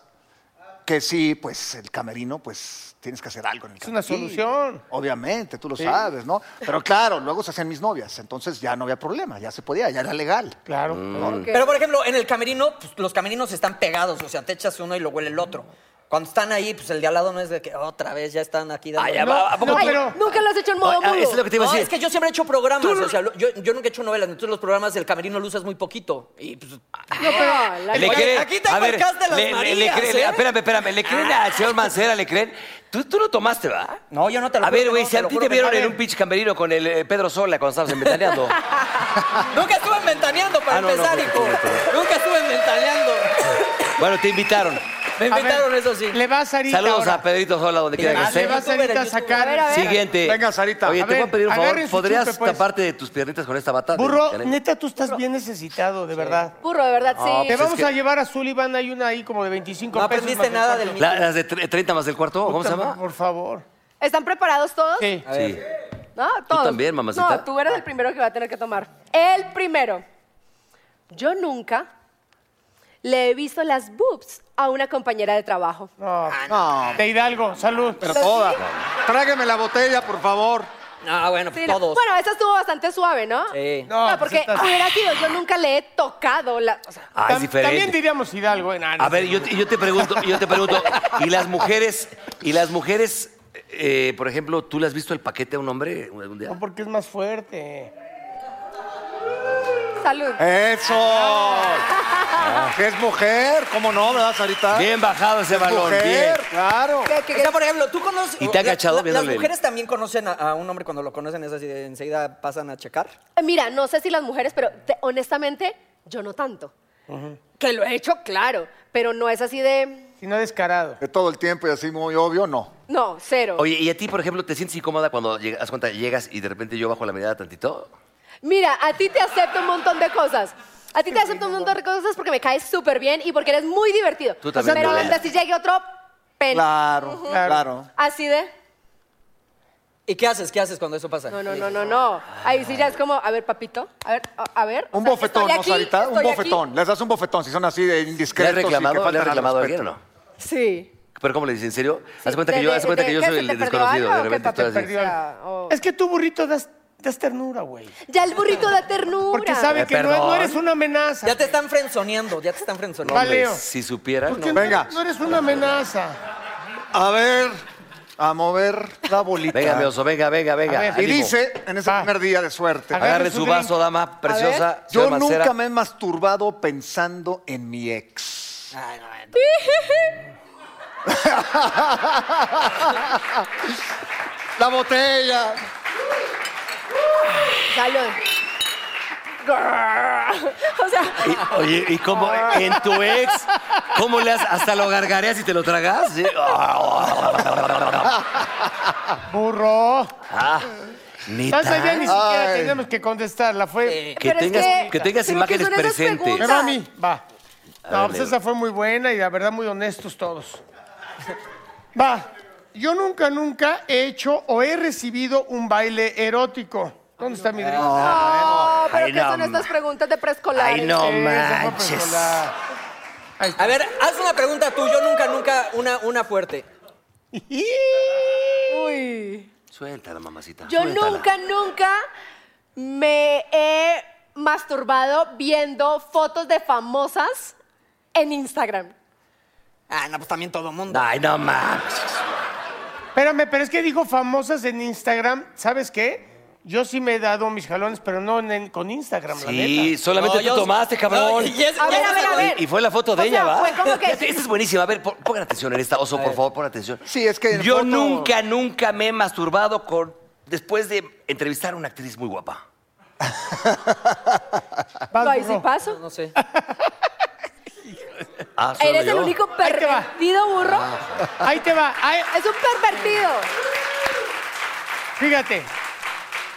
Speaker 4: que sí, pues el camerino, pues tienes que hacer algo en el
Speaker 3: Es una
Speaker 4: camerino.
Speaker 3: solución.
Speaker 4: Obviamente, tú lo sabes, ¿no? Pero claro, luego se hacían mis novias, entonces ya no había problema, ya se podía, ya era legal.
Speaker 3: Claro.
Speaker 2: Mm.
Speaker 6: Ok.
Speaker 5: Pero, por ejemplo, en el camerino, pues, los camerinos están pegados. O sea, te echas uno y lo huele el otro. Cuando están ahí, pues el de al lado no es de que otra vez ya están aquí. dando-
Speaker 2: Ay, ya
Speaker 5: No,
Speaker 2: va, ¿a poco
Speaker 3: no,
Speaker 2: tú-
Speaker 3: pero-
Speaker 6: Nunca lo has hecho en modo
Speaker 2: Ay, ah,
Speaker 6: mudo.
Speaker 2: es lo que te iba a
Speaker 5: No,
Speaker 2: decir.
Speaker 5: es que yo siempre he hecho programas, o sea, lo- yo, yo nunca he hecho novelas, entonces los programas del camerino lo usas muy poquito. Y pues,
Speaker 6: No, pero- la-
Speaker 2: Le
Speaker 5: Oye,
Speaker 2: creen-
Speaker 5: aquí te
Speaker 2: a ver,
Speaker 5: marcaste las
Speaker 2: le- le- le
Speaker 5: Marías,
Speaker 2: creen- le-
Speaker 5: ¿eh?
Speaker 2: Espérame, espérame. ¿Le creen al señor Mancera? ¿Le creen? ¿Tú, tú no tomaste, va?
Speaker 5: No, yo no te lo
Speaker 2: A
Speaker 5: juro
Speaker 2: ver,
Speaker 5: que
Speaker 2: güey,
Speaker 5: no,
Speaker 2: si
Speaker 5: te
Speaker 2: a
Speaker 5: lo
Speaker 2: ti
Speaker 5: juro
Speaker 2: te
Speaker 5: que
Speaker 2: vieron
Speaker 5: no.
Speaker 2: en un pitch camerino con el eh, Pedro Sola cuando estabas inventaneando.
Speaker 5: nunca estuve ventaneando para
Speaker 2: Ah, no, no,
Speaker 5: empezar,
Speaker 2: no, no,
Speaker 5: hijo.
Speaker 2: no, no,
Speaker 5: Nunca estuve ventaneando.
Speaker 2: bueno, te invitaron.
Speaker 5: Me
Speaker 3: A ver,
Speaker 5: invitaron, eso sí.
Speaker 3: Le vas a ahorita
Speaker 2: Saludos
Speaker 3: ahora.
Speaker 2: a Pedrito Sola, donde quiera que
Speaker 3: Ah,
Speaker 5: Dale,
Speaker 3: le
Speaker 2: esté.
Speaker 5: vas
Speaker 3: vas ahorita a sacar.
Speaker 6: A ver, a ver.
Speaker 2: Siguiente.
Speaker 4: Venga, Sarita.
Speaker 2: Oye,
Speaker 3: A
Speaker 2: te
Speaker 3: ver,
Speaker 2: voy a pedir un
Speaker 3: agarren
Speaker 2: favor.
Speaker 3: su
Speaker 2: ¿Podrías
Speaker 3: chupe, pues.
Speaker 2: taparte de tus piernitas con esta bata? de-
Speaker 3: Burro,
Speaker 2: de-
Speaker 3: neta, tú estás bien necesitado, de verdad.
Speaker 6: Burro, de verdad, sí.
Speaker 3: Te vamos
Speaker 2: que-
Speaker 3: a llevar a Sullivan, hay una ahí como de 25
Speaker 5: No
Speaker 3: pesos.
Speaker 5: aprendiste
Speaker 3: más
Speaker 5: nada
Speaker 3: el
Speaker 5: del
Speaker 3: cuarto.
Speaker 5: mío.
Speaker 2: La- las de tre- 30 más del cuarto, ¿o ¿cómo se llama?
Speaker 3: Por favor.
Speaker 6: ¿Están preparados todos?
Speaker 3: Sí.
Speaker 2: Sí.
Speaker 6: ¿No? Todos.
Speaker 2: también, mamacita.
Speaker 6: No, tú eres el primero que va a tener que tomar. El primero. Yo nunca le he visto las boobs a una compañera de trabajo.
Speaker 3: No.
Speaker 2: Ah,
Speaker 4: No,
Speaker 3: De Hidalgo, salud.
Speaker 4: pero toda. Tráigame la botella, por favor.
Speaker 5: Ah, bueno,
Speaker 6: Sí,
Speaker 5: pues,
Speaker 6: no.
Speaker 5: todos.
Speaker 6: Bueno, esa estuvo bastante suave, ¿no?
Speaker 5: Sí.
Speaker 3: No,
Speaker 6: No, porque
Speaker 3: pues estás-
Speaker 6: hubiera sido, yo nunca le he tocado la... o sea,
Speaker 2: Ah, es
Speaker 3: Tam-
Speaker 2: diferente.
Speaker 3: También diríamos Hidalgo. eh, no, no
Speaker 2: A
Speaker 3: sé.
Speaker 2: ver, yo, te- yo te pregunto, yo te pregunto, y las mujeres, y las mujeres, eh, por ejemplo, ¿tú le has visto el paquete a un hombre algún día?
Speaker 3: No, porque es más fuerte.
Speaker 6: salud.
Speaker 3: Eh.
Speaker 4: Eso. Que es mujer, ¿cómo no, verdad, Sarita?
Speaker 2: Bien bajado ese balón, bien.
Speaker 4: mujer, claro.
Speaker 6: Que- que-
Speaker 5: O sea, por ejemplo, tú conoces.
Speaker 2: Y te ha
Speaker 5: la-
Speaker 2: agachado
Speaker 5: la- Las
Speaker 2: viéndole el-
Speaker 5: mujeres también conocen a, a un hombre cuando lo conocen, es así, de enseguida pasan a checar.
Speaker 6: que- Mira, no sé si las mujeres, pero te- honestamente, yo no tanto. Que lo he hecho, claro, pero no es así de...
Speaker 3: Si no descarado.
Speaker 4: De todo el tiempo y así muy obvio, no.
Speaker 6: No, cero.
Speaker 2: Oye, ¿y a ti, por ejemplo, te sientes incómoda cuando llegas, haz cuenta, llegas y de repente yo bajo la mirada tantito?
Speaker 6: Mira, a ti te acepto un montón de cosas. A ti te acepto un montón de cosas porque me caes súper bien y porque eres muy divertido.
Speaker 2: Tú también,
Speaker 6: Pero
Speaker 2: Yolanda.
Speaker 6: hasta si llegue otro pen.
Speaker 4: Claro,
Speaker 3: Claro.
Speaker 4: claro.
Speaker 6: Así de.
Speaker 5: ¿Y qué haces? ¿Qué haces cuando eso pasa?
Speaker 6: No, no, no, no, no. Ahí sí ya es como, a ver, papito, a ver, a- a ver.
Speaker 4: Un
Speaker 6: o sea,
Speaker 4: bofetón,
Speaker 6: estoy
Speaker 4: ¿no,
Speaker 6: aquí,
Speaker 4: Sarita? Un
Speaker 6: estoy
Speaker 4: bofetón. Les das un bofetón si son así de
Speaker 2: ¿Le has
Speaker 4: indiscretos. y que
Speaker 2: reclamado,
Speaker 4: faltan
Speaker 2: ¿le has
Speaker 4: al
Speaker 2: reclamado a alguien
Speaker 4: respeto.
Speaker 2: o no?
Speaker 6: aquí. Sí.
Speaker 2: ¿Pero cómo le dices? ¿En serio?
Speaker 6: Sí,
Speaker 2: Haz cuenta
Speaker 6: de-
Speaker 2: que yo,
Speaker 6: de-
Speaker 2: haz cuenta
Speaker 6: de-
Speaker 2: que yo
Speaker 6: ¿qué,
Speaker 2: soy
Speaker 6: se
Speaker 2: el
Speaker 6: te perdió
Speaker 2: desconocido,
Speaker 6: algo
Speaker 2: de
Speaker 6: o qué,
Speaker 2: repente
Speaker 6: papi?
Speaker 2: tú
Speaker 6: O
Speaker 2: así.
Speaker 6: sea, o-
Speaker 3: Es que tú, burrito, das, das ternura, güey.
Speaker 6: Ya el burrito de ternura.
Speaker 3: Porque sabe
Speaker 2: Eh,
Speaker 3: que no, no
Speaker 2: perdón.
Speaker 3: eres una amenaza.
Speaker 5: Ya te están frenzoneando, ya te están frenzoneando.
Speaker 3: Vale.
Speaker 2: Hombre,
Speaker 3: Leo.
Speaker 2: Pues, Si supieran,
Speaker 6: Pues
Speaker 3: ¿Por
Speaker 2: no.
Speaker 3: qué no-
Speaker 4: Venga.
Speaker 3: no eres una amenaza.
Speaker 4: A ver, a mover la bolita.
Speaker 6: Ah.
Speaker 2: Venga, mi oso, venga, venga, venga.
Speaker 3: A ver,
Speaker 4: Y
Speaker 2: ánimo.
Speaker 4: dice, en ese
Speaker 3: Va.
Speaker 4: primer día de suerte,
Speaker 3: A ver.
Speaker 2: Agarre
Speaker 3: agarre
Speaker 2: su
Speaker 3: su
Speaker 2: vaso, dama preciosa.
Speaker 4: yo
Speaker 2: señor Mancera.
Speaker 4: nunca me he masturbado pensando en mi ex.
Speaker 5: Ay, no, no.
Speaker 4: La botella.
Speaker 6: Salud. Grrr. O sea,
Speaker 2: Y- oye, ¿y cómo en tu ex? ¿Cómo le has, hasta lo gargareas y te lo tragas? Sí.
Speaker 3: Burro.
Speaker 2: Ah, ¿neta?
Speaker 3: Más allá ni siquiera
Speaker 4: Ay.
Speaker 3: teníamos que contestarla. Fue.
Speaker 2: Que
Speaker 6: Pero es
Speaker 2: tengas,
Speaker 6: que-
Speaker 2: que, tengas
Speaker 6: pero que
Speaker 2: imágenes
Speaker 6: son esas
Speaker 2: presentes.
Speaker 3: Me
Speaker 6: preguntas.
Speaker 3: va a mí. Va.
Speaker 2: ver,
Speaker 3: No, pues
Speaker 2: Leo.
Speaker 3: esa fue muy buena y la verdad muy honestos todos. Va. Yo nunca, nunca he hecho o he recibido un baile erótico. ¿Dónde está mi drink? Ah,
Speaker 6: no, pero
Speaker 2: Ay,
Speaker 6: ¿qué
Speaker 2: no,
Speaker 6: son estas
Speaker 2: ma-
Speaker 6: preguntas de preescolar?
Speaker 2: Ay, no
Speaker 3: Esa fue
Speaker 2: manches.
Speaker 3: personal. Ahí
Speaker 5: A
Speaker 3: está.
Speaker 5: ver, haz una pregunta tú. Yo nunca, nunca, una, una fuerte.
Speaker 6: Uy.
Speaker 2: Suéltala, mamacita.
Speaker 6: Yo
Speaker 2: suéltala.
Speaker 6: nunca, nunca me he masturbado viendo fotos de famosas en Instagram.
Speaker 5: Ah, no, pues también todo mundo.
Speaker 2: Ay, no mames.
Speaker 3: Espérame, pero es que dijo famosas en Instagram. ¿Sabes qué? Yo sí me he dado mis jalones, pero no en- en- con Instagram, la
Speaker 2: Sí,
Speaker 3: neta.
Speaker 2: solamente
Speaker 5: No,
Speaker 2: tú
Speaker 5: yo-
Speaker 2: tomaste, cabrón.
Speaker 5: No, y es-
Speaker 6: A ver, a ver, a ver.
Speaker 2: Y, y fue la foto de
Speaker 6: O
Speaker 2: ella,
Speaker 6: sea,
Speaker 2: ¿va?
Speaker 6: fue como que-
Speaker 2: Esta esta es buenísima. A ver, po- pongan atención en esta, Oso, por favor, pongan atención.
Speaker 4: Sí, es que en
Speaker 2: Yo
Speaker 4: foto-
Speaker 2: nunca, nunca me he masturbado con... después de entrevistar a una actriz muy guapa.
Speaker 3: Vas,
Speaker 6: No, ahí sí
Speaker 3: Ah, burro.
Speaker 5: No,
Speaker 6: paso.
Speaker 5: no sé.
Speaker 2: Ah, solo
Speaker 6: Eres el
Speaker 2: yo.
Speaker 6: único
Speaker 3: Ahí te va.
Speaker 6: pervertido, burro.
Speaker 3: Ahí te va. ahí-
Speaker 6: Es un pervertido.
Speaker 3: Fíjate,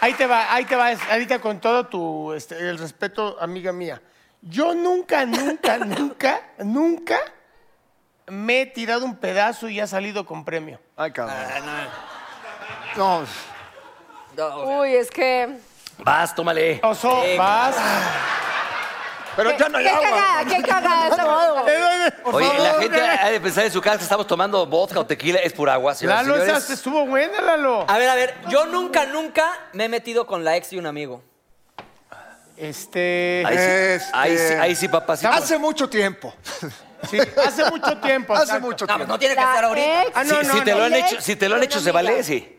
Speaker 3: ahí te va, ahí te va, es- ahorita con todo tu este, el respeto, amiga mía. Yo nunca, nunca, nunca, nunca me he tirado un pedazo y ha salido con premio.
Speaker 4: Ay, cabrón. No,
Speaker 5: No,
Speaker 6: Uy, es que.
Speaker 2: Vas, tómale.
Speaker 3: Oso, vas.
Speaker 4: pero ya no hay
Speaker 6: Qué
Speaker 4: agua.
Speaker 6: cagada, qué cagada esta boda.
Speaker 2: Oye, la gente ha de pensar en su casa que estamos tomando vodka o tequila, es pura agua, señoras y
Speaker 3: Lalo, esa
Speaker 2: señores.
Speaker 3: se estuvo buena, Lalo.
Speaker 5: A ver, a ver, yo nunca, nunca me he metido con la ex de un amigo.
Speaker 3: Este,
Speaker 2: Ahí sí,
Speaker 4: Este-
Speaker 2: ahí sí, ahí sí, papacito.
Speaker 4: Hace mucho tiempo.
Speaker 3: sí, hace mucho tiempo.
Speaker 4: Hace
Speaker 3: exacto.
Speaker 4: mucho
Speaker 5: No, pues
Speaker 4: tiempo.
Speaker 5: no tiene que estar ahorita.
Speaker 6: ex
Speaker 3: Ah, no,
Speaker 2: si,
Speaker 3: no,
Speaker 2: si te
Speaker 3: no.
Speaker 2: lo han
Speaker 6: El
Speaker 2: hecho,
Speaker 6: ex
Speaker 2: si te lo han
Speaker 6: de
Speaker 2: hecho,
Speaker 6: una
Speaker 2: se vale,
Speaker 6: amiga.
Speaker 2: sí.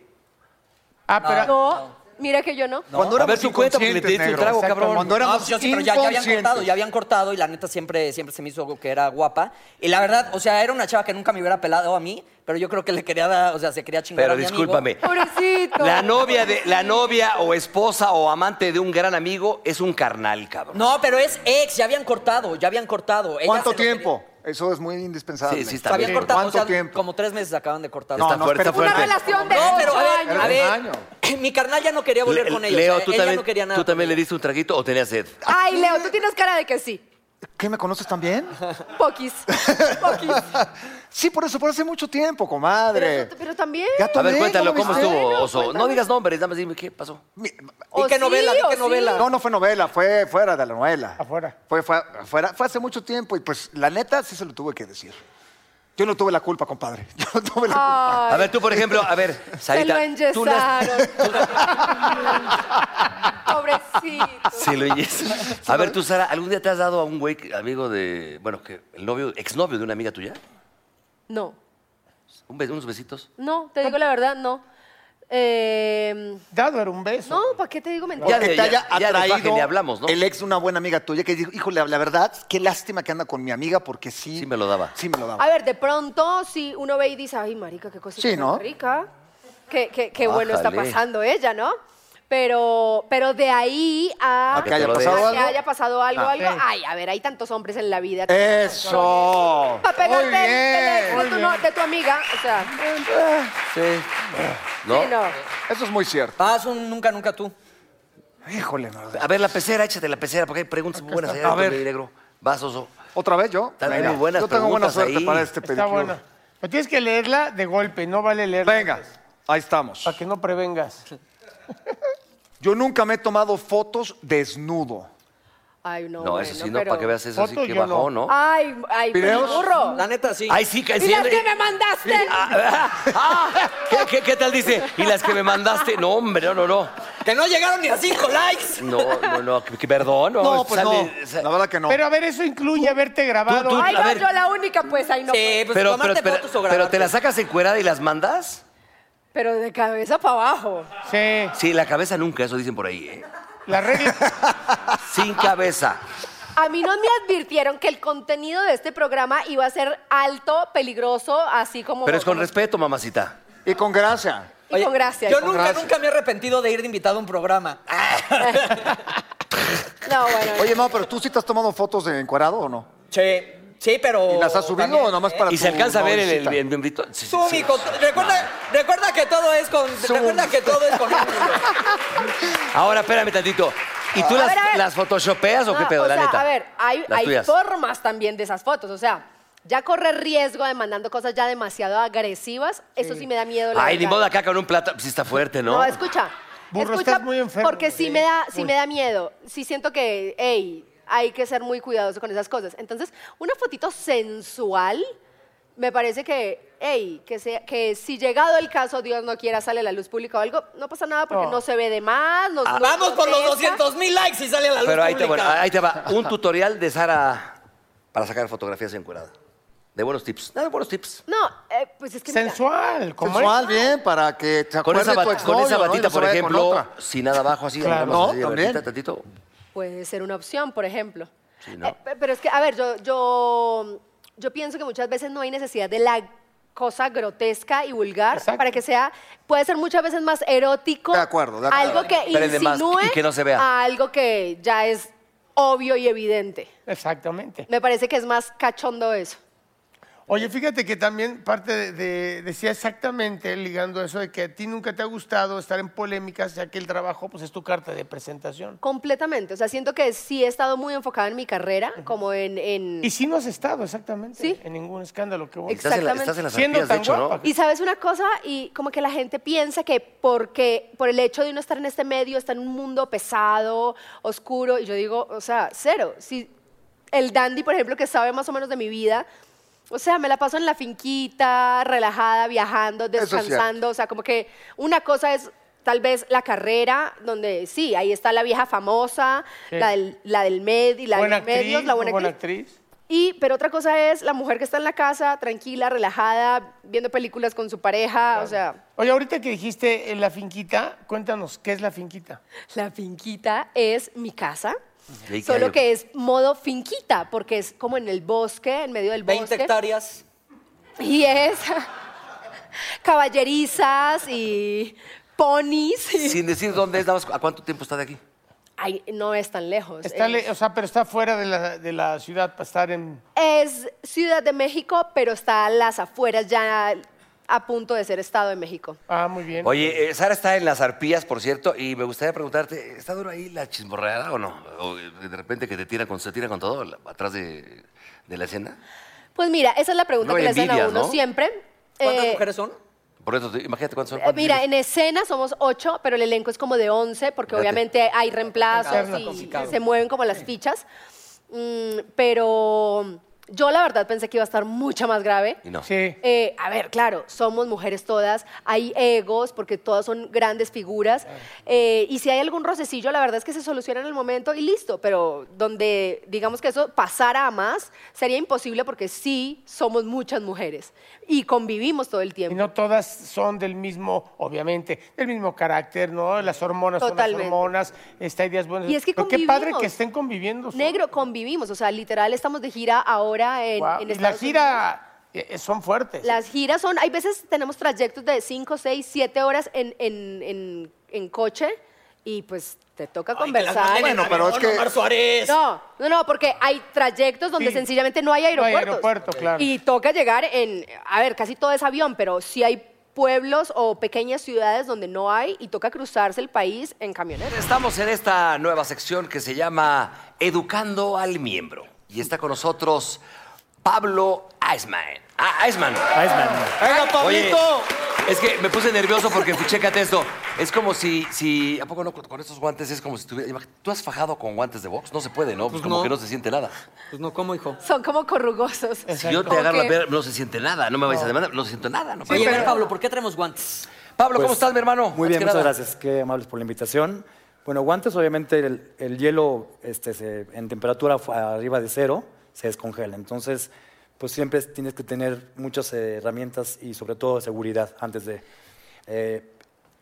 Speaker 3: Ah, pero
Speaker 6: No, mira que yo no.
Speaker 4: Cuando
Speaker 2: A ver,
Speaker 4: éramos
Speaker 2: tú cuenta, porque le
Speaker 4: inconscientes,
Speaker 2: diste un
Speaker 4: negro.
Speaker 2: trago,
Speaker 3: Exacto,
Speaker 2: cabrón.
Speaker 4: Cuando éramos
Speaker 5: No, pues yo sí, pero ya, ya habían
Speaker 4: inconscientes.
Speaker 5: cortado, ya habían cortado y la neta siempre, siempre se me hizo que era guapa. Y la verdad, o sea, era una chava que nunca me hubiera pelado a mí, pero yo creo que le quería dar, o sea, se quería chingar
Speaker 2: Pero
Speaker 5: a mi amigo.
Speaker 2: discúlpame.
Speaker 6: Pobrecito.
Speaker 2: La novia, de, la novia o esposa o amante de un gran amigo es un carnal, cabrón.
Speaker 5: No, pero es ex, ya habían cortado, ya habían cortado. Ella
Speaker 4: ¿Cuánto
Speaker 5: se lo quería-
Speaker 4: tiempo? Eso es muy indispensable.
Speaker 2: Sí, sí, está
Speaker 5: Se habían
Speaker 2: bien.
Speaker 5: cortado,
Speaker 4: ¿Cuánto
Speaker 5: o sea,
Speaker 4: tiempo?
Speaker 5: como tres meses acaban de cortar.
Speaker 4: No,
Speaker 2: Está
Speaker 4: no,
Speaker 2: fuerte,
Speaker 4: pero-
Speaker 2: está
Speaker 6: Una
Speaker 2: fuerte.
Speaker 6: relación de
Speaker 5: No, pero
Speaker 6: ocho
Speaker 5: a ver,
Speaker 6: años.
Speaker 5: a ver,
Speaker 4: Hermano.
Speaker 5: mi carnal ya no quería volver
Speaker 2: Le-
Speaker 5: con ellos.
Speaker 2: Leo,
Speaker 5: o sea,
Speaker 2: ¿tú,
Speaker 5: ella
Speaker 2: también,
Speaker 5: no quería nada.
Speaker 2: ¿tú también le diste un traguito o tenías sed?
Speaker 6: Ay, Leo, tú tienes cara de que sí.
Speaker 4: ¿Qué me conoces también?
Speaker 6: Poquis. Poquis.
Speaker 4: sí, por eso, por hace mucho tiempo,
Speaker 6: Pero,
Speaker 4: comadre.
Speaker 6: pero también.
Speaker 4: Ya
Speaker 2: A ver,
Speaker 4: tomé,
Speaker 2: cuéntalo,
Speaker 4: ¿cómo
Speaker 2: ¿cómo
Speaker 4: viste?
Speaker 2: estuvo,
Speaker 6: Bueno,
Speaker 2: Oso? No
Speaker 6: cuéntame.
Speaker 2: digas nombres, nada más dime qué pasó.
Speaker 4: Mi-
Speaker 5: ¿Y
Speaker 6: ¿O
Speaker 5: qué
Speaker 6: sí,
Speaker 5: novela? ¿Y
Speaker 6: o
Speaker 5: qué
Speaker 6: Oh, sí?
Speaker 5: novela?
Speaker 4: No, no fue novela, fue fuera de la novela.
Speaker 3: Afuera.
Speaker 4: Fue, fue afuera, fue hace mucho tiempo y pues la neta sí se lo tuve que decir. Yo no tuve la culpa, compadre. Yo no tuve la culpa.
Speaker 6: Ay,
Speaker 2: A ver, tú, por ejemplo, a ver,
Speaker 6: se lo
Speaker 2: Sarita, tú le has-
Speaker 6: enyesaron. Pobrecito.
Speaker 2: Se lo enyes- A ver, tú, Sara, ¿algún día te has dado a un güey que- amigo de. Bueno, que el novio, exnovio de una amiga tuya?
Speaker 6: No,
Speaker 2: Un be- unos besitos.
Speaker 6: no, te digo la verdad, no. Eh,
Speaker 3: dado era un beso.
Speaker 6: no, ¿para qué te digo
Speaker 2: Ya
Speaker 6: mentiras?
Speaker 4: que
Speaker 2: de-
Speaker 4: te haya
Speaker 2: ya de
Speaker 4: atraído
Speaker 2: faje ni hablamos, ¿no?
Speaker 4: el ex de una buena amiga tuya que dijo, híjole, la verdad, qué lástima que anda con mi amiga porque sí.
Speaker 2: Sí me lo daba.
Speaker 4: Sí me lo daba.
Speaker 6: A ver, de pronto, si uno ve y dice, ay, marica, qué cosita
Speaker 4: Sí,
Speaker 6: tan
Speaker 4: ¿no?
Speaker 6: rica. Qué, qué- qué bueno está
Speaker 2: Ájale.
Speaker 6: pasando ella, ¿no? Pero, pero de ahí a...
Speaker 4: ¿A que
Speaker 2: Te
Speaker 4: haya
Speaker 2: lo
Speaker 6: a
Speaker 4: pasado
Speaker 6: que
Speaker 4: algo?
Speaker 6: haya pasado algo,
Speaker 4: Ah.
Speaker 6: algo. Ay, a ver, hay tantos hombres en la vida.
Speaker 4: Eso.
Speaker 6: Para
Speaker 4: Muy
Speaker 6: pegarte el- el ex
Speaker 4: bien.
Speaker 6: de tu, no- de tu amiga, o sea,
Speaker 2: Sí. ¿No?
Speaker 6: sí, no.
Speaker 4: Eso es muy cierto.
Speaker 5: Haz Ah, un nunca, nunca tú.
Speaker 4: Híjole, no.
Speaker 2: A ver, la pecera, échate la pecera, porque hay preguntas muy buenas allá
Speaker 4: A
Speaker 2: de
Speaker 4: ver.
Speaker 2: tu negro. Vas, Oso.
Speaker 4: ¿Otra vez yo?
Speaker 2: Están muy buenas
Speaker 4: Yo tengo buena
Speaker 2: preguntas
Speaker 4: suerte
Speaker 2: ahí.
Speaker 4: para este
Speaker 3: Está
Speaker 4: pedicure.
Speaker 3: buena. Pero tienes que leerla de golpe, no vale leerla.
Speaker 4: Venga, ahí estamos.
Speaker 3: Para que no prevengas.
Speaker 4: Yo nunca me he tomado fotos desnudo.
Speaker 6: Ay, no,
Speaker 2: No,
Speaker 6: bueno,
Speaker 2: eso sí, no,
Speaker 6: pero- Ah.
Speaker 2: para que veas eso, sí
Speaker 3: Foto
Speaker 2: que
Speaker 3: yo no.
Speaker 2: bajó, ¿no?
Speaker 6: Ay, ay, pues,
Speaker 4: ¿Videos?
Speaker 6: burro.
Speaker 5: La neta, sí.
Speaker 2: Ay, sí, que
Speaker 6: ¿Y las
Speaker 2: enciende-
Speaker 6: que me mandaste?
Speaker 2: Ah, ¿qué, qué, qué tal dice? ¿Y las que me mandaste? No, hombre, no, no, no.
Speaker 5: Que no llegaron ni a cinco likes.
Speaker 2: No, no, no, que, que perdón. No,
Speaker 4: No, pues
Speaker 2: sale-
Speaker 4: no.
Speaker 2: sa-
Speaker 4: La verdad que no.
Speaker 3: Pero a ver, eso incluye haberte grabado.
Speaker 2: tú-
Speaker 6: Ay,
Speaker 2: a
Speaker 6: no,
Speaker 2: ver.
Speaker 6: yo la única, pues, ay, no.
Speaker 5: Sí,
Speaker 2: pero,
Speaker 5: pues
Speaker 2: pero,
Speaker 5: tomarte
Speaker 2: pero-
Speaker 5: fotos o
Speaker 2: pero te
Speaker 5: grabarte.
Speaker 2: las sacas encuerada y las mandas.
Speaker 6: Pero de cabeza para abajo.
Speaker 3: Sí,
Speaker 2: Sí, la cabeza nunca, eso dicen por ahí. ¿eh?
Speaker 3: la regla.
Speaker 2: Sin cabeza.
Speaker 6: A mí no me advirtieron que el contenido de este programa iba a ser alto, peligroso, así como...
Speaker 2: Pero es con
Speaker 6: como-
Speaker 2: respeto, mamacita.
Speaker 4: Y con gracia.
Speaker 6: Y con gracia. y
Speaker 5: Yo
Speaker 6: con-
Speaker 5: nunca, nunca me he arrepentido de ir de invitado a un programa.
Speaker 2: Ah,
Speaker 6: No, bueno.
Speaker 4: Oye, no, pero tú sí te has tomado fotos de encuerado o no?
Speaker 5: Sí, sí, pero.
Speaker 4: ¿Y las has subido
Speaker 5: también, ¿eh?
Speaker 4: o nomás para
Speaker 2: Y se
Speaker 4: tu
Speaker 2: alcanza a ver en el
Speaker 4: novicita?
Speaker 2: en- en- en- sí, sí,
Speaker 5: Tú,
Speaker 2: sí.
Speaker 5: mijo, tú- recuerda, recuerda que todo es con. Recuerda que todo es con.
Speaker 2: Ahora, espérame tantito. ¿Y tú
Speaker 6: A
Speaker 2: las,
Speaker 6: ver, a ver.
Speaker 2: las photoshopeas o qué
Speaker 6: No,
Speaker 2: pedo,
Speaker 6: o
Speaker 2: la
Speaker 6: sea,
Speaker 2: neta?
Speaker 6: A ver, hay,
Speaker 2: Las
Speaker 6: hay
Speaker 2: tuyas.
Speaker 6: formas también de esas fotos. O sea, ya corre riesgo de mandando cosas ya demasiado agresivas. Eso sí me da miedo. la
Speaker 2: Ay, ni
Speaker 6: verdad.
Speaker 2: modo acá con un plato. Si está fuerte, ¿no?
Speaker 6: No, escucha.
Speaker 3: Burro,
Speaker 6: escucha,
Speaker 3: estás muy enfermo.
Speaker 6: Porque sí,
Speaker 3: Sí,
Speaker 6: me da, sí me da miedo. Sí siento que, hey, hay que ser muy cuidadoso con esas cosas. Entonces, una fotito sensual, me parece que, hey, que, sea- que si llegado el caso, Dios no quiera, sale a la luz pública o algo, no pasa nada porque
Speaker 3: No.
Speaker 6: no, se ve de más. no- no
Speaker 5: Ah, Vamos por los
Speaker 6: molesta.
Speaker 5: 200 mil likes y sale a la luz.
Speaker 2: Pero ahí te,
Speaker 5: pública.
Speaker 2: bueno, ahí te va. Un tutorial de Sara para sacar fotografías encueradas. De buenos tips. Nada, de buenos tips.
Speaker 6: No, eh, pues es que mira,
Speaker 3: Sensual, como
Speaker 4: Sensual, bien, para que te
Speaker 2: Con
Speaker 4: acuerdes
Speaker 2: esa,
Speaker 4: de tu
Speaker 2: bat- con
Speaker 4: exnovio,
Speaker 2: esa
Speaker 4: ¿no? Y
Speaker 2: batita,
Speaker 4: no se
Speaker 2: por
Speaker 4: vaya con
Speaker 2: ejemplo,
Speaker 4: otra.
Speaker 2: sin nada abajo así,
Speaker 3: Claro.
Speaker 2: nada más
Speaker 4: No,
Speaker 2: así, de
Speaker 4: también.
Speaker 2: batita, tantito.
Speaker 6: puede ser una opción, por ejemplo.
Speaker 2: Sí, ¿no?
Speaker 6: Eh, pe- pero es que, a ver, yo, yo, yo pienso que muchas veces no hay necesidad de la cosa grotesca y vulgar
Speaker 3: Exacto.
Speaker 6: para que sea, puede ser muchas veces más erótico.
Speaker 4: De acuerdo, de acuerdo.
Speaker 6: Algo que
Speaker 2: Prende más
Speaker 6: insinúe
Speaker 2: y que no se vea.
Speaker 6: a algo que ya es obvio y evidente.
Speaker 3: Exactamente.
Speaker 6: Me parece que es más cachondo eso.
Speaker 3: Oye, fíjate que también parte de, de- decía exactamente ligando eso de que a ti nunca te ha gustado estar en polémicas, ya que el trabajo pues es tu carta de presentación.
Speaker 6: Completamente. O sea, siento que sí he estado muy enfocada en mi carrera, como en... en-
Speaker 3: Y sí no has estado exactamente
Speaker 6: Sí.
Speaker 3: en ningún escándalo que voy.
Speaker 2: Estás en, la- estás en las
Speaker 3: Siendo
Speaker 2: arpías, de
Speaker 3: tan
Speaker 2: hecho, ¿no?
Speaker 3: guapa.
Speaker 6: Y sabes una cosa, y como que la gente piensa que porque por el hecho de uno estar en este medio, está en un mundo pesado, oscuro, y yo digo, o sea, cero. Si el dandy, por ejemplo, que sabe más o menos de mi vida, o sea, me la paso en la finquita, relajada, viajando,
Speaker 4: es cierto.
Speaker 6: descansando, o sea, como que una cosa es tal vez la carrera, donde sí, ahí está la vieja famosa,
Speaker 3: Sí.
Speaker 6: la del, la del med y la de
Speaker 3: buena
Speaker 6: los
Speaker 3: actriz,
Speaker 6: medios, la buena
Speaker 3: muy buena
Speaker 6: actriz.
Speaker 3: actriz.
Speaker 6: Y, pero otra cosa es la mujer que está en la casa, tranquila, relajada, viendo películas con su pareja, o sea...
Speaker 3: Oye, ahorita que dijiste eh, la finquita, cuéntanos, ¿qué es la finquita?
Speaker 6: La finquita es mi casa,
Speaker 2: Y ahí
Speaker 6: solo
Speaker 2: hay-
Speaker 6: que es modo finquita, porque es como en el bosque, en medio del
Speaker 5: 20
Speaker 6: bosque.
Speaker 5: hectáreas.
Speaker 6: Y es caballerizas y ponis. y-
Speaker 2: Sin decir dónde es, nada más, ¿a cuánto tiempo está de aquí?
Speaker 6: Ay, no es tan lejos.
Speaker 3: Está,
Speaker 6: Pues es,
Speaker 3: le- o sea, pero está fuera de la, de la ciudad para estar en...
Speaker 6: es Ciudad de México, pero está a las afueras ya a punto de ser Estado de México.
Speaker 3: Ah, muy bien.
Speaker 2: Oye, eh, Sara está en las arpías, por cierto, y me gustaría preguntarte, ¿está duro ahí la chismorreada o no? O eh, de repente que te tira con, se tira con todo la- atrás de, de la escena.
Speaker 6: Pues mira, esa es la pregunta
Speaker 2: No,
Speaker 6: que le hacen a
Speaker 2: envidias,
Speaker 6: uno
Speaker 2: ¿no?
Speaker 6: siempre.
Speaker 5: ¿Cuántas
Speaker 6: Eh,
Speaker 5: mujeres son?
Speaker 2: Por eso, te- imagínate cuántos son.
Speaker 6: Eh,
Speaker 2: cuántos
Speaker 6: Mira,
Speaker 2: vives.
Speaker 6: en escena somos ocho, pero el elenco es como de once, porque
Speaker 2: Fíjate.
Speaker 6: obviamente hay reemplazos
Speaker 3: Complicado,
Speaker 6: y
Speaker 5: complicado.
Speaker 6: se mueven como las fichas. Mm, pero yo la verdad pensé que iba a estar mucho más grave.
Speaker 2: Y no.
Speaker 3: Sí.
Speaker 6: Eh, a ver, claro, somos mujeres todas, hay egos porque todas son grandes figuras eh, y si hay algún rocecillo, la verdad es que se soluciona en el momento y listo, pero donde digamos que eso pasara a más sería imposible porque sí somos muchas mujeres y convivimos todo el
Speaker 3: Y
Speaker 6: tiempo.
Speaker 3: no todas son del mismo, obviamente, del mismo carácter, ¿no? Las hormonas
Speaker 6: Totalmente.
Speaker 3: son las hormonas, está ideas buenas.
Speaker 6: Y es que
Speaker 3: Pero qué padre
Speaker 6: convivimos.
Speaker 3: que estén conviviendo. son-
Speaker 6: Negro, convivimos, o sea, literal estamos de gira ahora en,
Speaker 3: Guau,
Speaker 6: en
Speaker 3: y la
Speaker 6: Estados Unidos.
Speaker 3: gira eh, son fuertes.
Speaker 6: Las giras son, hay veces tenemos trayectos de 5, 6, 7 horas en, en- en- en coche y pues te toca conversar.
Speaker 4: Bueno, pero es que-
Speaker 5: Suárez.
Speaker 6: No, no, no, porque hay trayectos donde
Speaker 3: Sí.
Speaker 6: sencillamente no hay
Speaker 3: No hay
Speaker 6: aeropuertos.
Speaker 3: aeropuerto, claro.
Speaker 6: Y toca llegar en, a ver, casi todo es avión, pero sí hay pueblos o pequeñas ciudades donde no hay y toca cruzarse el país en camioneta.
Speaker 2: Estamos en esta nueva sección que se llama Educando al Miembro. Y está con nosotros Pablo Iceman. Ah, Iceman.
Speaker 5: ¡Venga,
Speaker 2: Oye,
Speaker 5: Pablito!
Speaker 2: es que me puse nervioso porque pues, chécate esto. Es como si, si, ¿a poco no? Con estos guantes es como si tuviera. ¿Tú has fajado con guantes de box? No se puede, ¿no? Pues,
Speaker 5: Pues
Speaker 2: como
Speaker 5: no.
Speaker 2: que no se siente nada.
Speaker 5: Pues no, ¿cómo, hijo?
Speaker 6: Son como corrugosos.
Speaker 2: Si yo te
Speaker 6: Como
Speaker 2: agarro la
Speaker 6: que-
Speaker 2: piedra, no se siente nada. No me vais a demandar, no siento nada. No pasa
Speaker 5: Oye, a
Speaker 2: nada.
Speaker 5: ver, Pablo, ¿por qué traemos guantes?
Speaker 2: Pablo, ¿cómo
Speaker 8: Pues,
Speaker 2: estás, mi hermano?
Speaker 8: Muy bien,
Speaker 2: Antes
Speaker 8: muchas
Speaker 2: que nada.
Speaker 8: gracias. Qué amables por la invitación. Bueno, guantes, obviamente el, el hielo este, se- en temperatura fu- arriba de cero se descongela. Entonces, pues siempre tienes que tener muchas eh, herramientas y sobre todo seguridad antes de... eh,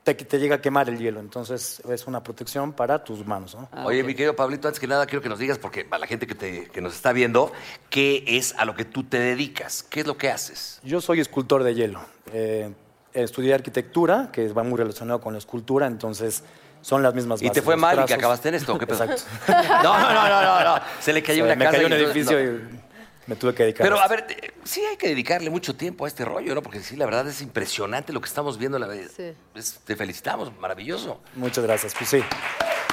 Speaker 8: te, te llega a quemar el hielo. Entonces, es una protección para tus manos. ¿no?
Speaker 2: Oye, mi querido Pablito, antes que nada quiero que nos digas, porque para la gente que, te- que nos está viendo, ¿qué es a lo que tú te dedicas? ¿Qué es lo que haces?
Speaker 8: Yo soy escultor de hielo. Eh, estudié arquitectura, que va muy relacionado con la escultura, entonces son las mismas
Speaker 2: Y
Speaker 8: bases.
Speaker 2: te fue
Speaker 8: los
Speaker 2: mal y que
Speaker 8: trazos.
Speaker 2: acabaste en esto. ¿Qué pedo?
Speaker 8: Exacto.
Speaker 2: No, no, no, no, no, no. Se le cayó
Speaker 8: Se
Speaker 2: una
Speaker 8: me
Speaker 2: casa.
Speaker 8: cayó un
Speaker 2: y entonces-
Speaker 8: edificio
Speaker 2: no.
Speaker 8: y me tuve que dedicar.
Speaker 2: Pero a
Speaker 8: esto.
Speaker 2: ver, eh, sí hay que dedicarle mucho tiempo a este rollo, ¿no? Porque sí, la verdad es impresionante lo que estamos viendo. La vez.
Speaker 6: Sí.
Speaker 2: Es- te felicitamos, maravilloso.
Speaker 8: Muchas gracias. Pues sí,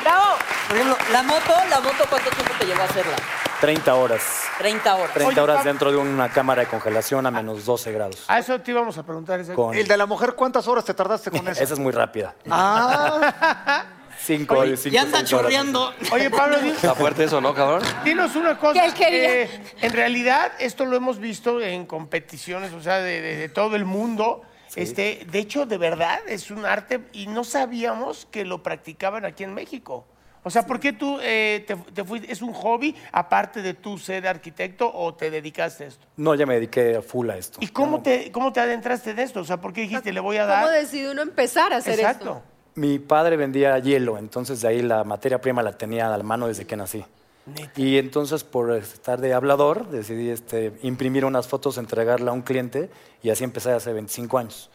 Speaker 6: ¡Bravo!
Speaker 5: Por ejemplo, la moto, la moto, ¿cuánto tiempo te llevó a hacerla?
Speaker 8: 30 horas.
Speaker 5: 30 horas.
Speaker 8: 30
Speaker 3: Oye,
Speaker 8: horas
Speaker 3: Pablo-
Speaker 8: dentro de una cámara de congelación a menos 12 grados.
Speaker 3: A eso te íbamos a preguntar. esa-
Speaker 8: Con-
Speaker 4: El de la mujer, ¿cuántas horas te tardaste con eso?
Speaker 8: Esa es muy rápida.
Speaker 4: Ah,
Speaker 8: 5
Speaker 5: Ya anda chorreando.
Speaker 3: Oye, Pablo, di-
Speaker 2: Está fuerte eso, ¿no, cabrón?
Speaker 3: dinos una cosa.
Speaker 6: Que él quería.
Speaker 3: eh, en realidad, esto lo hemos visto en competiciones, o sea, de, de- de todo el mundo. Este, de hecho, de verdad, es un arte y no sabíamos que lo practicaban aquí en México. O sea, ¿por qué tú eh, te, te fuiste? ¿Es un hobby aparte de tú ser arquitecto o te dedicaste a esto?
Speaker 8: No, ya me dediqué a full a esto.
Speaker 3: ¿Y cómo, te, cómo te adentraste de esto? O sea, ¿por qué dijiste le voy a
Speaker 6: Ah, ¿Cómo
Speaker 3: dar?
Speaker 6: decide uno empezar a hacer
Speaker 3: Exacto.
Speaker 6: esto?
Speaker 8: Mi padre vendía hielo, entonces de ahí la materia prima la tenía a la mano desde que nací. Y entonces por estar de hablador decidí este, imprimir unas fotos, entregarla a un cliente y así empecé hace 25 años.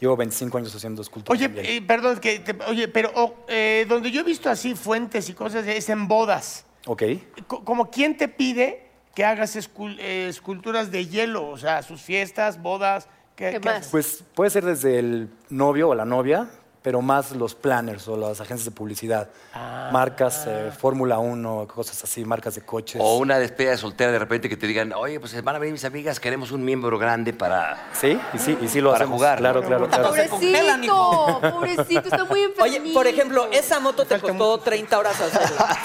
Speaker 8: Llevo 25 años haciendo escultura.
Speaker 3: Oye, eh, perdón, que te- oye, pero oh, eh, donde yo he visto así fuentes y cosas es en bodas.
Speaker 8: Ok.
Speaker 3: Co- Como quién te pide que hagas escul- eh, esculturas de hielo, o sea, sus fiestas, bodas. ¿Qué, qué
Speaker 6: más?
Speaker 3: haces?
Speaker 8: Pues puede ser desde el novio o la novia, pero más los planners o las agencias de publicidad. Marcas, eh, Fórmula 1, cosas así, marcas de coches.
Speaker 2: O una despedida de soltera de repente que te digan, oye, pues van a venir mis amigas, queremos un miembro grande para.
Speaker 8: Sí, y sí, y sí lo
Speaker 2: Para
Speaker 8: hacemos.
Speaker 2: jugar,
Speaker 8: Claro,
Speaker 2: ¿no?
Speaker 8: claro, claro.
Speaker 5: se congelan, hijo.
Speaker 6: Pobrecito, pobrecito, está muy
Speaker 5: Oye,
Speaker 6: enfermito.
Speaker 5: por ejemplo, esa moto te costó 30 horas hacerla.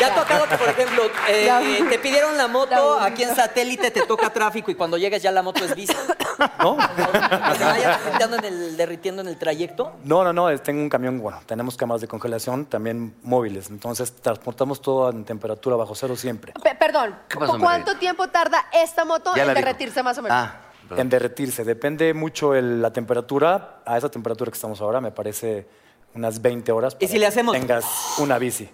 Speaker 5: Ya ha tocado que, por ejemplo, eh,
Speaker 6: Ya.
Speaker 5: eh, te pidieron la
Speaker 6: La
Speaker 5: moto,
Speaker 6: bonita.
Speaker 5: aquí en satélite te toca tráfico y cuando llegues ya la moto es vista.
Speaker 8: No,
Speaker 5: Que se vaya derritiendo en el, derritiendo en el trayecto.
Speaker 8: no, no, no, es- tengo un camión, bueno, tenemos cámaras de congelación, también móviles, entonces transportamos todo en temperatura bajo cero siempre.
Speaker 6: Pe- perdón,
Speaker 2: ¿Qué pasó,
Speaker 6: ¿cu- ¿cuánto
Speaker 2: Margarita?
Speaker 6: tiempo tarda esta moto
Speaker 2: Ya
Speaker 6: en
Speaker 2: la dijo.
Speaker 6: derretirse más o menos?
Speaker 2: Ah, perdón.
Speaker 8: En derretirse, depende mucho el- la temperatura, a esa temperatura que estamos ahora me parece unas 20 horas. para
Speaker 5: si le hacemos?
Speaker 8: que Tengas una bici.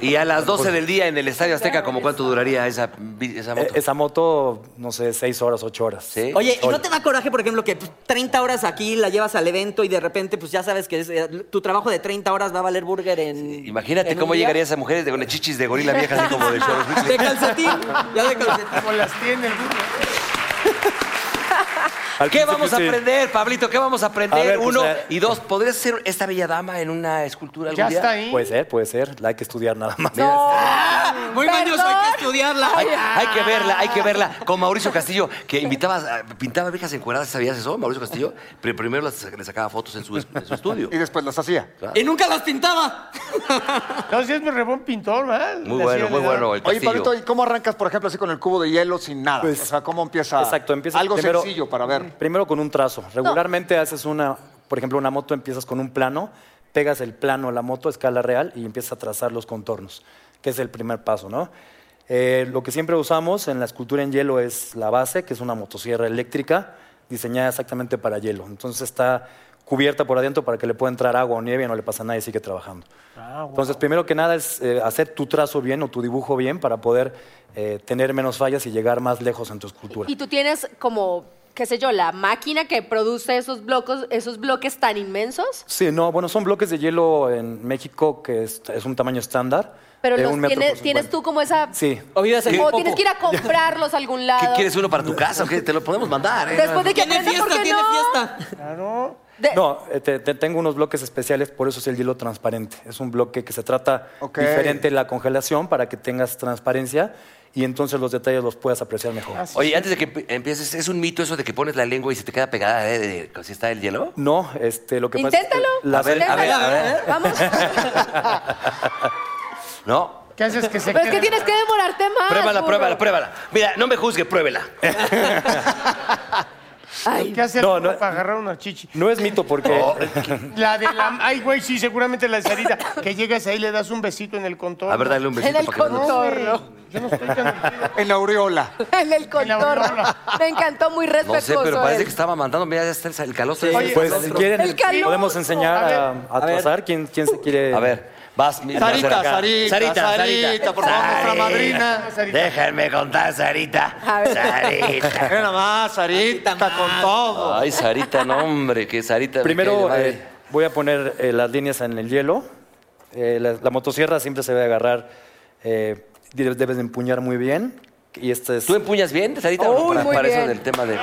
Speaker 2: Y a las
Speaker 8: Pues,
Speaker 2: 12 del día en el Estadio Azteca, ¿cómo cuánto duraría esa, vi- esa
Speaker 8: Eh,
Speaker 2: moto?
Speaker 8: Esa moto, no sé, seis horas, ocho horas.
Speaker 2: Sí.
Speaker 5: Oye, ¿y no te da coraje, por ejemplo, que pues, 30 horas aquí la llevas al evento y de repente, pues ya sabes que es, eh, tu trabajo de 30 horas va a valer burger en.
Speaker 2: Imagínate
Speaker 5: en un
Speaker 2: cómo
Speaker 5: día. Ah,
Speaker 2: llegaría esa mujer de- con las chichis de gorila vieja, así como de Charles
Speaker 5: De
Speaker 2: Whitley.
Speaker 5: calcetín, ya de calcetín.
Speaker 8: Ah,
Speaker 3: Como las tiene el burro.
Speaker 8: Al
Speaker 2: ¿Qué
Speaker 8: principio
Speaker 2: vamos a
Speaker 8: sí.
Speaker 2: aprender, Pablito? ¿Qué vamos a aprender?
Speaker 8: A ver, pues,
Speaker 2: Uno
Speaker 8: eh.
Speaker 2: y dos, ¿podrías ser esta bella dama en una escultura algún
Speaker 3: Ya
Speaker 2: día? Pues
Speaker 3: está ahí.
Speaker 8: Puede ser, puede ser, la hay que estudiar nada más.
Speaker 5: Muy mañoso, hay que
Speaker 2: Hay,
Speaker 5: estudiarla.
Speaker 2: hay que verla, hay que verla. Con Mauricio Castillo, que invitaba, a- pintaba viejas encueradas, ¿sabías eso? Mauricio Castillo, Pri- primero las- le sacaba fotos en su, es- en su estudio.
Speaker 4: Y después las hacía.
Speaker 5: Y nunca las pintaba.
Speaker 3: No, si es mi rebón pintor, ¿verdad?
Speaker 2: Muy
Speaker 3: La
Speaker 2: bueno, muy
Speaker 3: ciudad.
Speaker 2: bueno el
Speaker 4: Oye,
Speaker 2: Castillo.
Speaker 4: Pablito, ¿y cómo arrancas, por ejemplo, así con el cubo de hielo sin nada?
Speaker 8: Pues,
Speaker 4: o sea, ¿cómo empieza?
Speaker 8: Exacto, empieza
Speaker 4: Algo
Speaker 8: primero-
Speaker 4: sencillo para ver.
Speaker 8: Primero con un trazo. Regularmente haces una, por ejemplo, una moto, empiezas con un plano, pegas el plano a la moto a escala real y empiezas a trazar los contornos, que es el primer paso, ¿no? Eh, lo que siempre usamos en la escultura en hielo es la base, que es una motosierra eléctrica diseñada exactamente para hielo. Entonces está cubierta por adentro para que le pueda entrar agua o nieve y no le pasa nada y sigue trabajando. Entonces, primero que nada es eh, hacer tu trazo bien o tu dibujo bien para poder eh, tener menos fallas y llegar más lejos en tu escultura.
Speaker 6: Y tú tienes como, qué sé yo, la máquina que produce esos bloques, esos bloques tan inmensos,
Speaker 8: Sí, no, bueno, son bloques de hielo en México que es, es un tamaño estándar.
Speaker 6: pero
Speaker 8: de
Speaker 6: los
Speaker 8: un metro
Speaker 6: tienes,
Speaker 8: por
Speaker 6: tienes tú
Speaker 8: cincuenta.
Speaker 6: como esa...
Speaker 8: Sí.
Speaker 5: O vives en
Speaker 6: O
Speaker 5: Popo.
Speaker 6: tienes que ir a comprarlos a algún
Speaker 2: ¿Qué
Speaker 6: lado.
Speaker 2: quieres uno para tu casa? ¿O qué? Te lo podemos mandar, ¿eh?
Speaker 6: Después de que
Speaker 5: Tiene
Speaker 6: aprenda, ¿por
Speaker 5: fiesta,
Speaker 6: qué
Speaker 5: tiene
Speaker 6: no?
Speaker 5: fiesta.
Speaker 6: De-
Speaker 8: No, eh, te- te- tengo unos bloques especiales, por eso es el hielo transparente. Es un bloque que se trata
Speaker 4: Ok.
Speaker 8: diferente de la congelación para que tengas transparencia y entonces los detalles los puedas apreciar mejor.
Speaker 2: Oye, antes de que empe- empieces, ¿es un mito eso de que pones la lengua y se te queda pegada eh, de- de- si está el hielo?
Speaker 8: No, este, lo que
Speaker 6: Inténtalo.
Speaker 8: pasa es que la-
Speaker 2: a ver, a ver, a ver.
Speaker 6: Vamos.
Speaker 2: No.
Speaker 3: ¿Qué haces que se
Speaker 6: Pero es que
Speaker 3: quede?
Speaker 6: tienes que demorarte más.
Speaker 2: Pruébala,
Speaker 6: burro.
Speaker 2: pruébala, pruébala. Mira, no me juzgue, pruébela.
Speaker 6: Ay,
Speaker 3: ¿Qué haces
Speaker 8: No, no.
Speaker 3: para agarrar una chichi?
Speaker 8: no es mito porque
Speaker 3: La de la... Ay, güey, sí, seguramente la de Sarita. Que llegas ahí, le das un besito en el contorno.
Speaker 2: A ver, dale un
Speaker 6: en
Speaker 2: besito
Speaker 6: el
Speaker 2: para que no-
Speaker 3: No, güey,
Speaker 6: contorno.
Speaker 3: Yo no estoy tan urgido.
Speaker 4: En la aureola.
Speaker 6: En el contorno.
Speaker 3: aureola.
Speaker 6: Me encantó, muy
Speaker 2: No sé,
Speaker 6: respetuoso.
Speaker 2: pero parece
Speaker 6: él.
Speaker 2: que estaba mandando. Mira, ya está el calor.
Speaker 3: Oye,
Speaker 8: pues si quieren
Speaker 6: El calor.
Speaker 8: podemos enseñar a, a trazar quién, quién se quiere.
Speaker 2: A ver, vas. mi- vas a hacer
Speaker 4: eh, Sarita,
Speaker 2: acá.
Speaker 4: Sarita, Sarita, por favor, nuestra
Speaker 2: Sarita.
Speaker 4: madrina.
Speaker 2: Déjenme contar, Sarita.
Speaker 6: A ver.
Speaker 2: Sarita.
Speaker 4: Mira nada más, Sarita, con todo.
Speaker 2: Ay, Sarita, no, hombre, que Sarita. me cae de
Speaker 8: Primero
Speaker 2: madre.
Speaker 8: eh, voy a poner eh, las líneas en el hielo. Eh, la, la motosierra siempre se debe agarrar, eh, debes debes de empuñar muy bien. Y este es...
Speaker 2: ¿Tú empuñas bien, Sarita?
Speaker 6: Uy,
Speaker 2: para
Speaker 6: muy
Speaker 2: para eso
Speaker 6: bien.
Speaker 2: del tema de.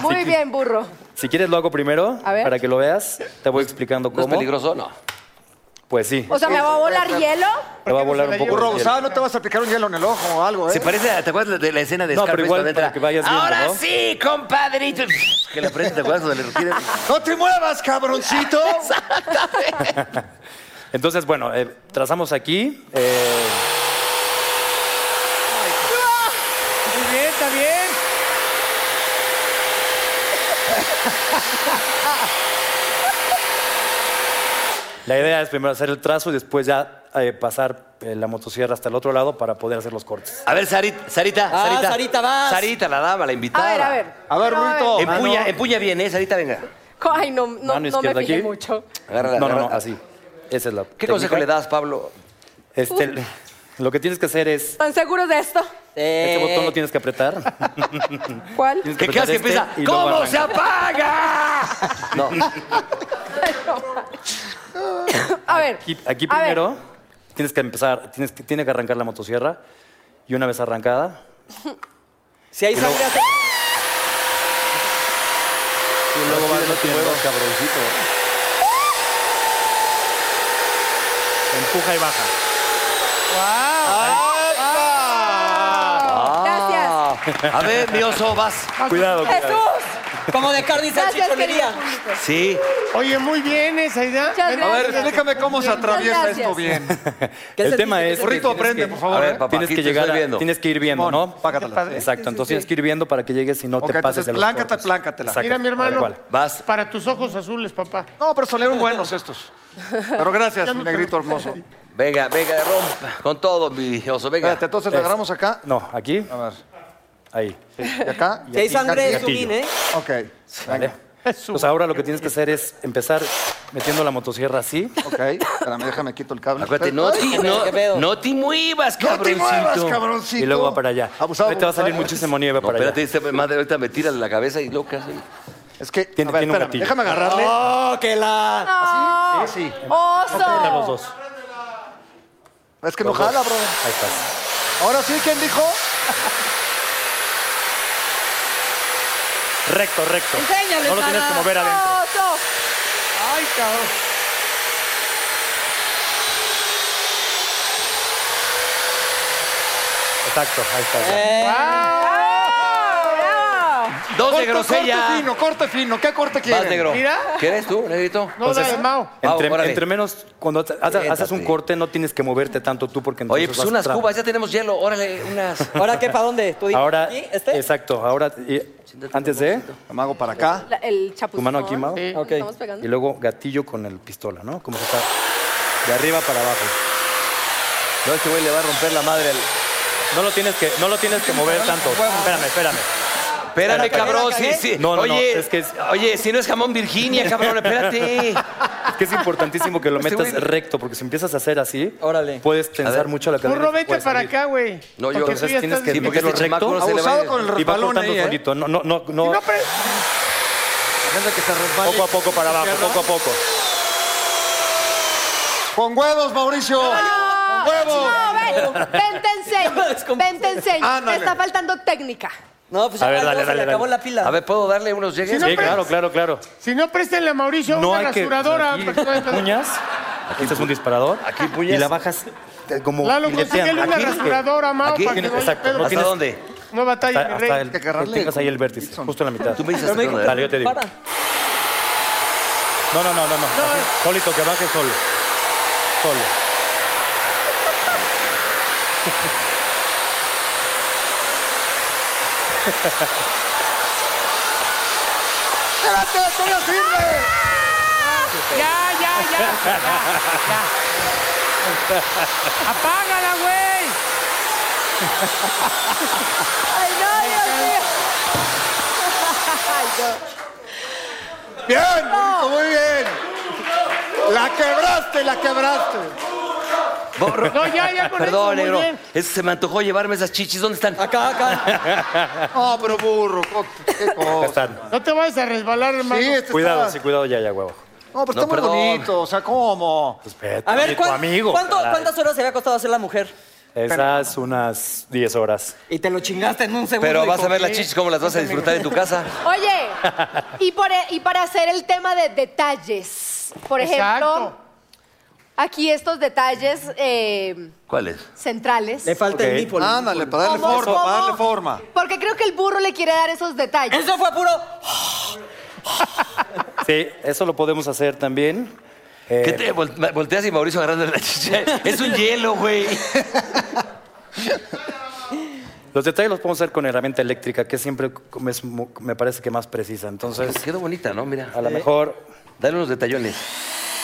Speaker 6: Muy bien, burro.
Speaker 8: Si quieres lo hago primero,
Speaker 6: A ver.
Speaker 8: para que lo veas. Te voy explicando
Speaker 2: ¿No es
Speaker 8: cómo.
Speaker 2: peligroso? No.
Speaker 8: Pues sí,
Speaker 6: O sea, ¿me va a volar hielo?
Speaker 8: te va a volar un
Speaker 3: qué no se la
Speaker 8: poco.
Speaker 3: lleva?
Speaker 8: el
Speaker 4: Burro,
Speaker 8: hielo.
Speaker 4: abusado, no te vas a picar un hielo en el ojo o algo, ¿eh?
Speaker 2: ¿Se parece? a- ¿Te acuerdas de la escena de
Speaker 8: No,
Speaker 2: Scarface
Speaker 8: pero igual
Speaker 2: cuando entra?
Speaker 8: para que vayas viendo,
Speaker 2: Ahora
Speaker 8: ¿no?
Speaker 2: sí, compadrito. Que le prende, ¿te acuerdas? Cuando le tiene-
Speaker 4: ¡No te muevas, cabroncito!
Speaker 8: Entonces, bueno, eh, trazamos aquí. eh,
Speaker 3: Muy bien, está bien.
Speaker 8: La idea es primero hacer el trazo y después ya eh, pasar eh, la motosierra hasta el otro lado para poder hacer los cortes.
Speaker 2: A ver, Sarita, Sarita,
Speaker 8: Ah,
Speaker 2: Sarita.
Speaker 8: Sarita, vas.
Speaker 2: Sarita, la dama, la invitada.
Speaker 6: A ver, a ver.
Speaker 8: A ver,
Speaker 6: Pero, a
Speaker 8: Rulito.
Speaker 6: ver.
Speaker 2: Empuña,
Speaker 8: Mano.
Speaker 2: empuña bien, ¿eh? Sarita, venga.
Speaker 6: Ay, no, no,
Speaker 8: Mano
Speaker 6: no me
Speaker 8: izquierda
Speaker 6: fijé
Speaker 8: aquí.
Speaker 6: mucho.
Speaker 2: Agárrala,
Speaker 8: no, no, no,
Speaker 2: agárrala.
Speaker 8: así. Esa es la
Speaker 2: ¿Qué consejo le
Speaker 8: técnica.
Speaker 2: das, Pablo?
Speaker 8: Este, lo que tienes que hacer es...
Speaker 6: ¿Están seguros de esto?
Speaker 5: Eh,
Speaker 2: Eh.
Speaker 8: Este botón lo tienes que apretar.
Speaker 6: ¿Cuál?
Speaker 8: Tienes
Speaker 2: ¿Qué crees que
Speaker 8: apretar este
Speaker 2: empieza?
Speaker 8: y luego
Speaker 2: ¿Cómo se
Speaker 8: arrancar.
Speaker 2: apaga? No.
Speaker 6: A ver.
Speaker 8: Aquí, aquí
Speaker 6: a ver.
Speaker 8: primero tienes que empezar, tienes que, tiene que arrancar la motosierra y una vez arrancada,
Speaker 5: Si hay sangre, hace-
Speaker 8: y luego vas metiendo, empuja y baja.
Speaker 6: Oh,
Speaker 8: Ah,
Speaker 6: Gracias.
Speaker 2: Ah. A ver, mi oso, vas.
Speaker 8: Cuidado, cuidado.
Speaker 6: Jesús.
Speaker 5: como de carne y salchicha,
Speaker 6: Gracias, querido
Speaker 5: cholería.
Speaker 6: público.
Speaker 2: Sí.
Speaker 3: Oye, muy bien
Speaker 4: eh.
Speaker 3: esa idea.
Speaker 6: Muchas
Speaker 3: Ven,
Speaker 6: gracias.
Speaker 3: a ver,
Speaker 4: Explícame cómo se atraviesa
Speaker 6: Gracias.
Speaker 4: esto bien.
Speaker 5: ¿Qué
Speaker 8: El
Speaker 5: sentiste?
Speaker 8: tema
Speaker 5: ¿Qué
Speaker 8: es-
Speaker 5: sentiste?
Speaker 4: Burrito, aprende, por favor.
Speaker 2: A ver,
Speaker 4: ¿eh?
Speaker 2: papá,
Speaker 8: Tienes
Speaker 2: aquí
Speaker 8: que
Speaker 2: te
Speaker 8: llegar,
Speaker 2: estoy
Speaker 8: a-
Speaker 2: viendo.
Speaker 8: tienes que ir viendo,
Speaker 4: Simón,
Speaker 8: ¿no?
Speaker 4: Págala.
Speaker 8: Exacto, entonces tienes que ir viendo para que llegues y no
Speaker 4: Ok,
Speaker 8: te pases
Speaker 4: entonces
Speaker 8: de los
Speaker 4: pláncate,
Speaker 8: cortes.
Speaker 4: pláncatela.
Speaker 8: Exacto,
Speaker 3: Mira, mi hermano.
Speaker 8: tal cual.
Speaker 2: Vas.
Speaker 3: Para tus ojos azules, papá.
Speaker 4: No, pero salieron buenos estos. Pero gracias,
Speaker 3: Ya
Speaker 4: mi
Speaker 3: no
Speaker 4: negrito
Speaker 3: tengo-
Speaker 4: hermoso.
Speaker 2: Venga, venga, rompa. Con todo, mi oso, venga.
Speaker 4: Espérate, entonces le
Speaker 8: Es-
Speaker 4: agarramos acá.
Speaker 8: No, aquí,
Speaker 4: A ver.
Speaker 8: ahí.
Speaker 4: Y acá.
Speaker 5: Si hay
Speaker 4: y acá,
Speaker 5: sangre,
Speaker 4: y
Speaker 5: es
Speaker 4: aquí.
Speaker 5: un in, ¿eh?
Speaker 4: Ok.
Speaker 8: ¿vale?
Speaker 4: Venga.
Speaker 8: Entonces ahora lo que tienes que hacer es empezar metiendo la motosierra así.
Speaker 4: Ok. Espérame, déjame quito el cable.
Speaker 2: Acuérdate, no te,
Speaker 4: Ay,
Speaker 5: ¿qué pedo?
Speaker 2: no, no te muevas,
Speaker 4: No te
Speaker 2: cabroncito.
Speaker 4: muevas, cabroncito.
Speaker 8: Y luego va para allá.
Speaker 4: Abusado.
Speaker 8: Ahí te va a salir
Speaker 4: abusado.
Speaker 8: muchísimo nieve
Speaker 2: No,
Speaker 8: para
Speaker 2: espérate,
Speaker 8: allá.
Speaker 2: esta madre ahorita me tira la cabeza y loca.
Speaker 4: Es que,
Speaker 8: Tiene-
Speaker 4: a ver,
Speaker 8: tiene un
Speaker 4: espérame,
Speaker 8: gatillo.
Speaker 4: déjame agarrarle. ¿Ah,
Speaker 5: ¡Oh, que la!
Speaker 6: No.
Speaker 4: Sí, sí.
Speaker 8: A los
Speaker 6: Oso.
Speaker 8: dos.
Speaker 4: Es que no jala, bro.
Speaker 8: Ahí estás.
Speaker 4: Ahora sí, ¿quién dijo?
Speaker 8: Recto, recto.
Speaker 5: Enséñale,
Speaker 8: No lo tienes que
Speaker 5: Sara.
Speaker 8: mover adentro.
Speaker 6: Oso.
Speaker 3: Ay, cabrón.
Speaker 8: Exacto, ahí está. ya.
Speaker 2: Dos de
Speaker 4: Corte, corte
Speaker 2: grosella.
Speaker 4: fino, corte fino. ¿Qué corte
Speaker 2: Vas,
Speaker 4: quieres?
Speaker 2: negro.
Speaker 3: Mira.
Speaker 2: ¿Quieres tú, negrito?
Speaker 3: No, dale, Mau.
Speaker 8: Entre,
Speaker 2: Vamos, órale.
Speaker 8: entre menos, cuando haces- haces un
Speaker 2: Siéntate.
Speaker 8: corte, no tienes que moverte tanto tú porque entonces
Speaker 2: Oye, pues
Speaker 8: vas a
Speaker 2: unas
Speaker 8: entrar.
Speaker 2: cubas, ya tenemos hielo. Órale, unas.
Speaker 5: pues, ¿Ahora qué? ¿Para dónde? ¿Tú di-
Speaker 8: Ahora,
Speaker 5: ¿Aquí? ¿Este?
Speaker 8: exacto, ahora, y- antes de,
Speaker 4: Amago para acá.
Speaker 6: La- El chapuzón.
Speaker 8: tu mano aquí, Mau,
Speaker 6: Nos
Speaker 5: Ok.
Speaker 6: Estamos
Speaker 8: y
Speaker 6: pegando.
Speaker 8: luego gatillo con el pistola, ¿no? Como se está de arriba para abajo.
Speaker 2: No, este güey le va a romper la madre al.
Speaker 8: No lo tienes que, no lo tienes que mover tanto. Espérame, espérame.
Speaker 2: Espérame,
Speaker 8: Espérate.
Speaker 2: cabrón. Sí,
Speaker 5: ¿Cagué?
Speaker 2: sí.
Speaker 8: No, no, no,
Speaker 2: oye,
Speaker 8: es que es-
Speaker 2: oye, si no es jamón Virginia, cabrón, espérate.
Speaker 8: Es que es importantísimo que lo
Speaker 2: Este
Speaker 8: metas
Speaker 2: güey-
Speaker 8: recto, porque si empiezas a hacer así,
Speaker 5: Órale.
Speaker 8: puedes tensar mucho la cadera. y
Speaker 3: Burro,
Speaker 8: te
Speaker 3: vete
Speaker 8: puedes
Speaker 3: para
Speaker 8: salir.
Speaker 3: acá, güey.
Speaker 2: No, yo-
Speaker 3: Porque
Speaker 8: Entonces
Speaker 3: tú ya
Speaker 8: tienes
Speaker 3: estás
Speaker 8: que
Speaker 3: bien.
Speaker 2: porque
Speaker 8: meterlo
Speaker 2: este chamaco
Speaker 8: recto
Speaker 2: no se le va a
Speaker 4: Abusado
Speaker 2: ir.
Speaker 4: con el
Speaker 8: y va
Speaker 4: resbalón
Speaker 8: cortando
Speaker 4: ahí, ¿eh?
Speaker 8: solito. No, no, no, no.
Speaker 3: No, pero-
Speaker 4: Gente que se resbale.
Speaker 8: Poco a poco para abajo, poco a poco.
Speaker 4: Con huevos, Mauricio. Con huevos.
Speaker 6: No, ven, ven, te
Speaker 5: Ya me
Speaker 6: enseño.
Speaker 5: descompuse.
Speaker 6: Ven, te enseño.
Speaker 4: Ándale.
Speaker 6: Te está faltando técnica.
Speaker 5: No, pues
Speaker 8: A ver,
Speaker 5: ay,
Speaker 8: dale,
Speaker 5: no, se
Speaker 8: dale,
Speaker 5: le
Speaker 8: dale.
Speaker 5: acabó la pila.
Speaker 2: A ver, ¿puedo darle unos llegues?
Speaker 3: no,
Speaker 8: Sí,
Speaker 3: pero-
Speaker 8: claro, claro, claro.
Speaker 3: Si no, préstenle a Mauricio una rasuradora.
Speaker 8: aquí,
Speaker 3: para que no-
Speaker 8: puñas. Este es un disparador.
Speaker 2: aquí puñas.
Speaker 8: Y la bajas eh, como
Speaker 3: Lalo,
Speaker 8: fileteando.
Speaker 3: consíguele una
Speaker 8: Aquí,
Speaker 3: rasuradora, Mau,
Speaker 2: Aquí
Speaker 3: para que
Speaker 8: tienes-
Speaker 3: no haya
Speaker 8: exacto, no
Speaker 3: pedo.
Speaker 2: ¿Hasta
Speaker 8: tienes-
Speaker 2: dónde?
Speaker 3: No batalla,
Speaker 8: Hasta,
Speaker 3: mi
Speaker 8: hasta
Speaker 3: rey.
Speaker 8: el,
Speaker 4: que agarrarle
Speaker 8: que tengas ahí el vértice,
Speaker 4: Wilson.
Speaker 8: justo en la mitad.
Speaker 2: Tú me dices
Speaker 5: Pero
Speaker 2: hasta
Speaker 5: me dijo,
Speaker 2: dónde.
Speaker 8: Dale, yo te digo.
Speaker 5: Para.
Speaker 8: No, no, no, no, no. Así, Solito, que baje solo. Solo.
Speaker 4: Espérate, todavía sirve.
Speaker 3: ¡Ah! Ya, ya, ya. ya, ya. Apágala, güey.
Speaker 6: Ay, no, Dios mío. Ay, no.
Speaker 4: Bien, Mauricio, muy bien. La quebraste, la quebraste.
Speaker 2: Borro.
Speaker 3: No, ya, ya con
Speaker 2: Perdón,
Speaker 3: eso, muy
Speaker 2: negro.
Speaker 3: bien.
Speaker 2: Es- se me antojó llevarme esas chichis. ¿Dónde están?
Speaker 5: Acá, acá.
Speaker 4: No, pero burro, co- qué
Speaker 8: Ya
Speaker 4: cosa.
Speaker 8: están.
Speaker 3: No te vayas a resbalar, hermano.
Speaker 4: Sí, este
Speaker 8: Cuidado,
Speaker 4: está-
Speaker 8: sí, cuidado ya, ya, huevo.
Speaker 4: No, pero
Speaker 2: No,
Speaker 4: está muy
Speaker 2: perdón.
Speaker 4: bonito. O sea, ¿cómo?
Speaker 8: Pues vete,
Speaker 5: A ver,
Speaker 8: tu
Speaker 5: ¿cuán-
Speaker 8: amigo.
Speaker 5: cuánto-
Speaker 8: caray.
Speaker 5: ¿cuántas horas se había costado hacer la mujer?
Speaker 8: Esas unas 10 horas.
Speaker 5: Y te lo chingaste en un segundo.
Speaker 2: Pero vas a ver las
Speaker 3: Sí.
Speaker 2: chichis, cómo las vas a disfrutar en tu casa.
Speaker 6: Oye, y, por e- y para hacer el tema de detalles, por ejemplo,
Speaker 3: Exacto.
Speaker 6: aquí estos detalles eh,
Speaker 2: ¿Cuáles?
Speaker 6: centrales.
Speaker 5: Le falta
Speaker 8: Ok.
Speaker 5: el nipple.
Speaker 4: Ándale, para darle
Speaker 6: ¿Cómo,
Speaker 4: forma, para
Speaker 6: cómo?
Speaker 4: darle forma.
Speaker 6: Porque creo que el burro le quiere dar esos detalles.
Speaker 5: Eso fue puro.
Speaker 8: Sí, eso lo podemos hacer también. Eh,
Speaker 2: ¿Qué te vol- ma- volteas y Mauricio agarrando la chicha? es un hielo, güey.
Speaker 8: Los detalles los podemos hacer con herramienta eléctrica, que siempre como es mu- me parece que más precisa. Entonces,
Speaker 2: Quedó bonita, ¿no? Mira.
Speaker 8: a lo mejor
Speaker 2: Dale unos detallones.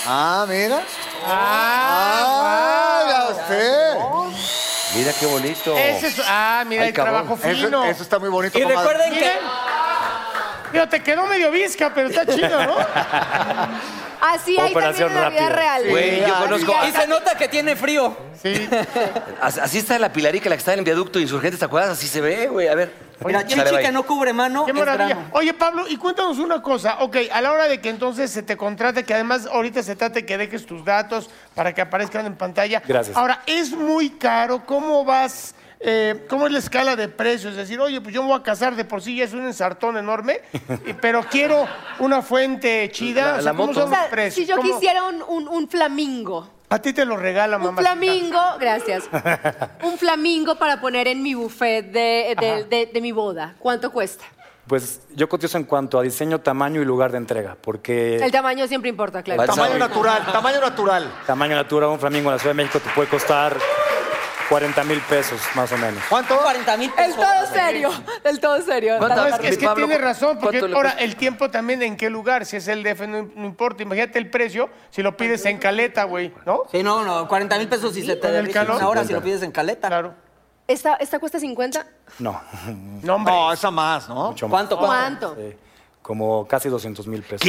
Speaker 4: Ah, mira. Ah, ya usted.
Speaker 2: Mira qué bonito.
Speaker 3: Ese es- ah, mira,
Speaker 2: Ay,
Speaker 3: el
Speaker 2: cabrón.
Speaker 3: trabajo
Speaker 4: Eso,
Speaker 3: fino.
Speaker 4: eso está muy bonito.
Speaker 5: Y
Speaker 4: comadre.
Speaker 5: recuerden que
Speaker 3: Miren. Digo, te quedó medio visca, pero está chido, ¿no?
Speaker 6: Así hay también
Speaker 8: Operación
Speaker 6: en la vida
Speaker 8: rápida.
Speaker 6: real.
Speaker 2: Güey, yo conozco.
Speaker 5: y se nota que tiene frío.
Speaker 3: Sí.
Speaker 2: Así así está la pilarica, la que está en el viaducto Insurgentes, ¿te acuerdas? Así se ve, güey. A ver.
Speaker 5: Mira,
Speaker 2: Sale,
Speaker 5: chichi
Speaker 2: bye.
Speaker 5: que no cubre mano.
Speaker 3: Qué
Speaker 5: es
Speaker 3: maravilla.
Speaker 5: drama.
Speaker 3: Oye, Pablo, y cuéntanos una cosa. Ok, a la hora de que entonces se te contrate, que además ahorita se trate que dejes tus datos para que aparezcan en pantalla.
Speaker 8: Gracias.
Speaker 3: Ahora, es muy caro. ¿Cómo vas? eh, ¿Cómo es la escala de precios? Es decir, oye, pues yo me voy a casar de por sí, ya es un ensartón enorme, y- pero quiero una fuente chida.
Speaker 2: La-
Speaker 3: o sea,
Speaker 2: la
Speaker 3: ¿cómo
Speaker 2: moto.
Speaker 3: son
Speaker 6: O
Speaker 3: los
Speaker 6: sea,
Speaker 3: precios?
Speaker 6: si yo
Speaker 3: ¿Cómo?
Speaker 6: quisiera un, un- un flamingo,
Speaker 3: A ti te lo regala,
Speaker 6: un
Speaker 3: mamá.
Speaker 6: flamingo, gracias, un flamingo para poner en mi buffet de, de- de- de mi boda, ¿cuánto cuesta?
Speaker 8: Pues yo cotizo en cuanto a diseño, tamaño y lugar de entrega, porque
Speaker 6: El tamaño siempre importa, claro.
Speaker 2: Vale.
Speaker 4: Tamaño
Speaker 2: Eh, Sabe.
Speaker 4: natural, tamaño natural.
Speaker 8: tamaño natural un flamingo en la Ciudad de México te puede costar 40 mil pesos más o menos.
Speaker 4: ¿Cuánto?
Speaker 5: 40 mil
Speaker 6: Del
Speaker 5: pesos.
Speaker 6: todo serio, del todo serio.
Speaker 2: ¿Cuánto?
Speaker 3: No, es que, es que
Speaker 2: Pablo,
Speaker 3: tiene razón, porque
Speaker 2: ¿cuánto le
Speaker 3: ahora
Speaker 2: cuesta?
Speaker 3: el tiempo también en qué lugar, si es el DF, no, no importa. Imagínate el precio, si lo pides en caleta, güey, ¿no?
Speaker 5: Sí, no, no, 40 mil pesos si se te
Speaker 3: con el
Speaker 5: derrite
Speaker 3: calor.
Speaker 5: una hora si lo pides en caleta.
Speaker 3: Claro.
Speaker 6: ¿Esta, esta cuesta 50?
Speaker 4: Ah,
Speaker 8: No,
Speaker 3: No, hombre.
Speaker 4: No, esa más, ¿no?
Speaker 8: mucho más.
Speaker 5: ¿Cuánto? ¿Cuánto?
Speaker 6: ¿Cuánto?
Speaker 8: Eh, como casi 200 mil pesos.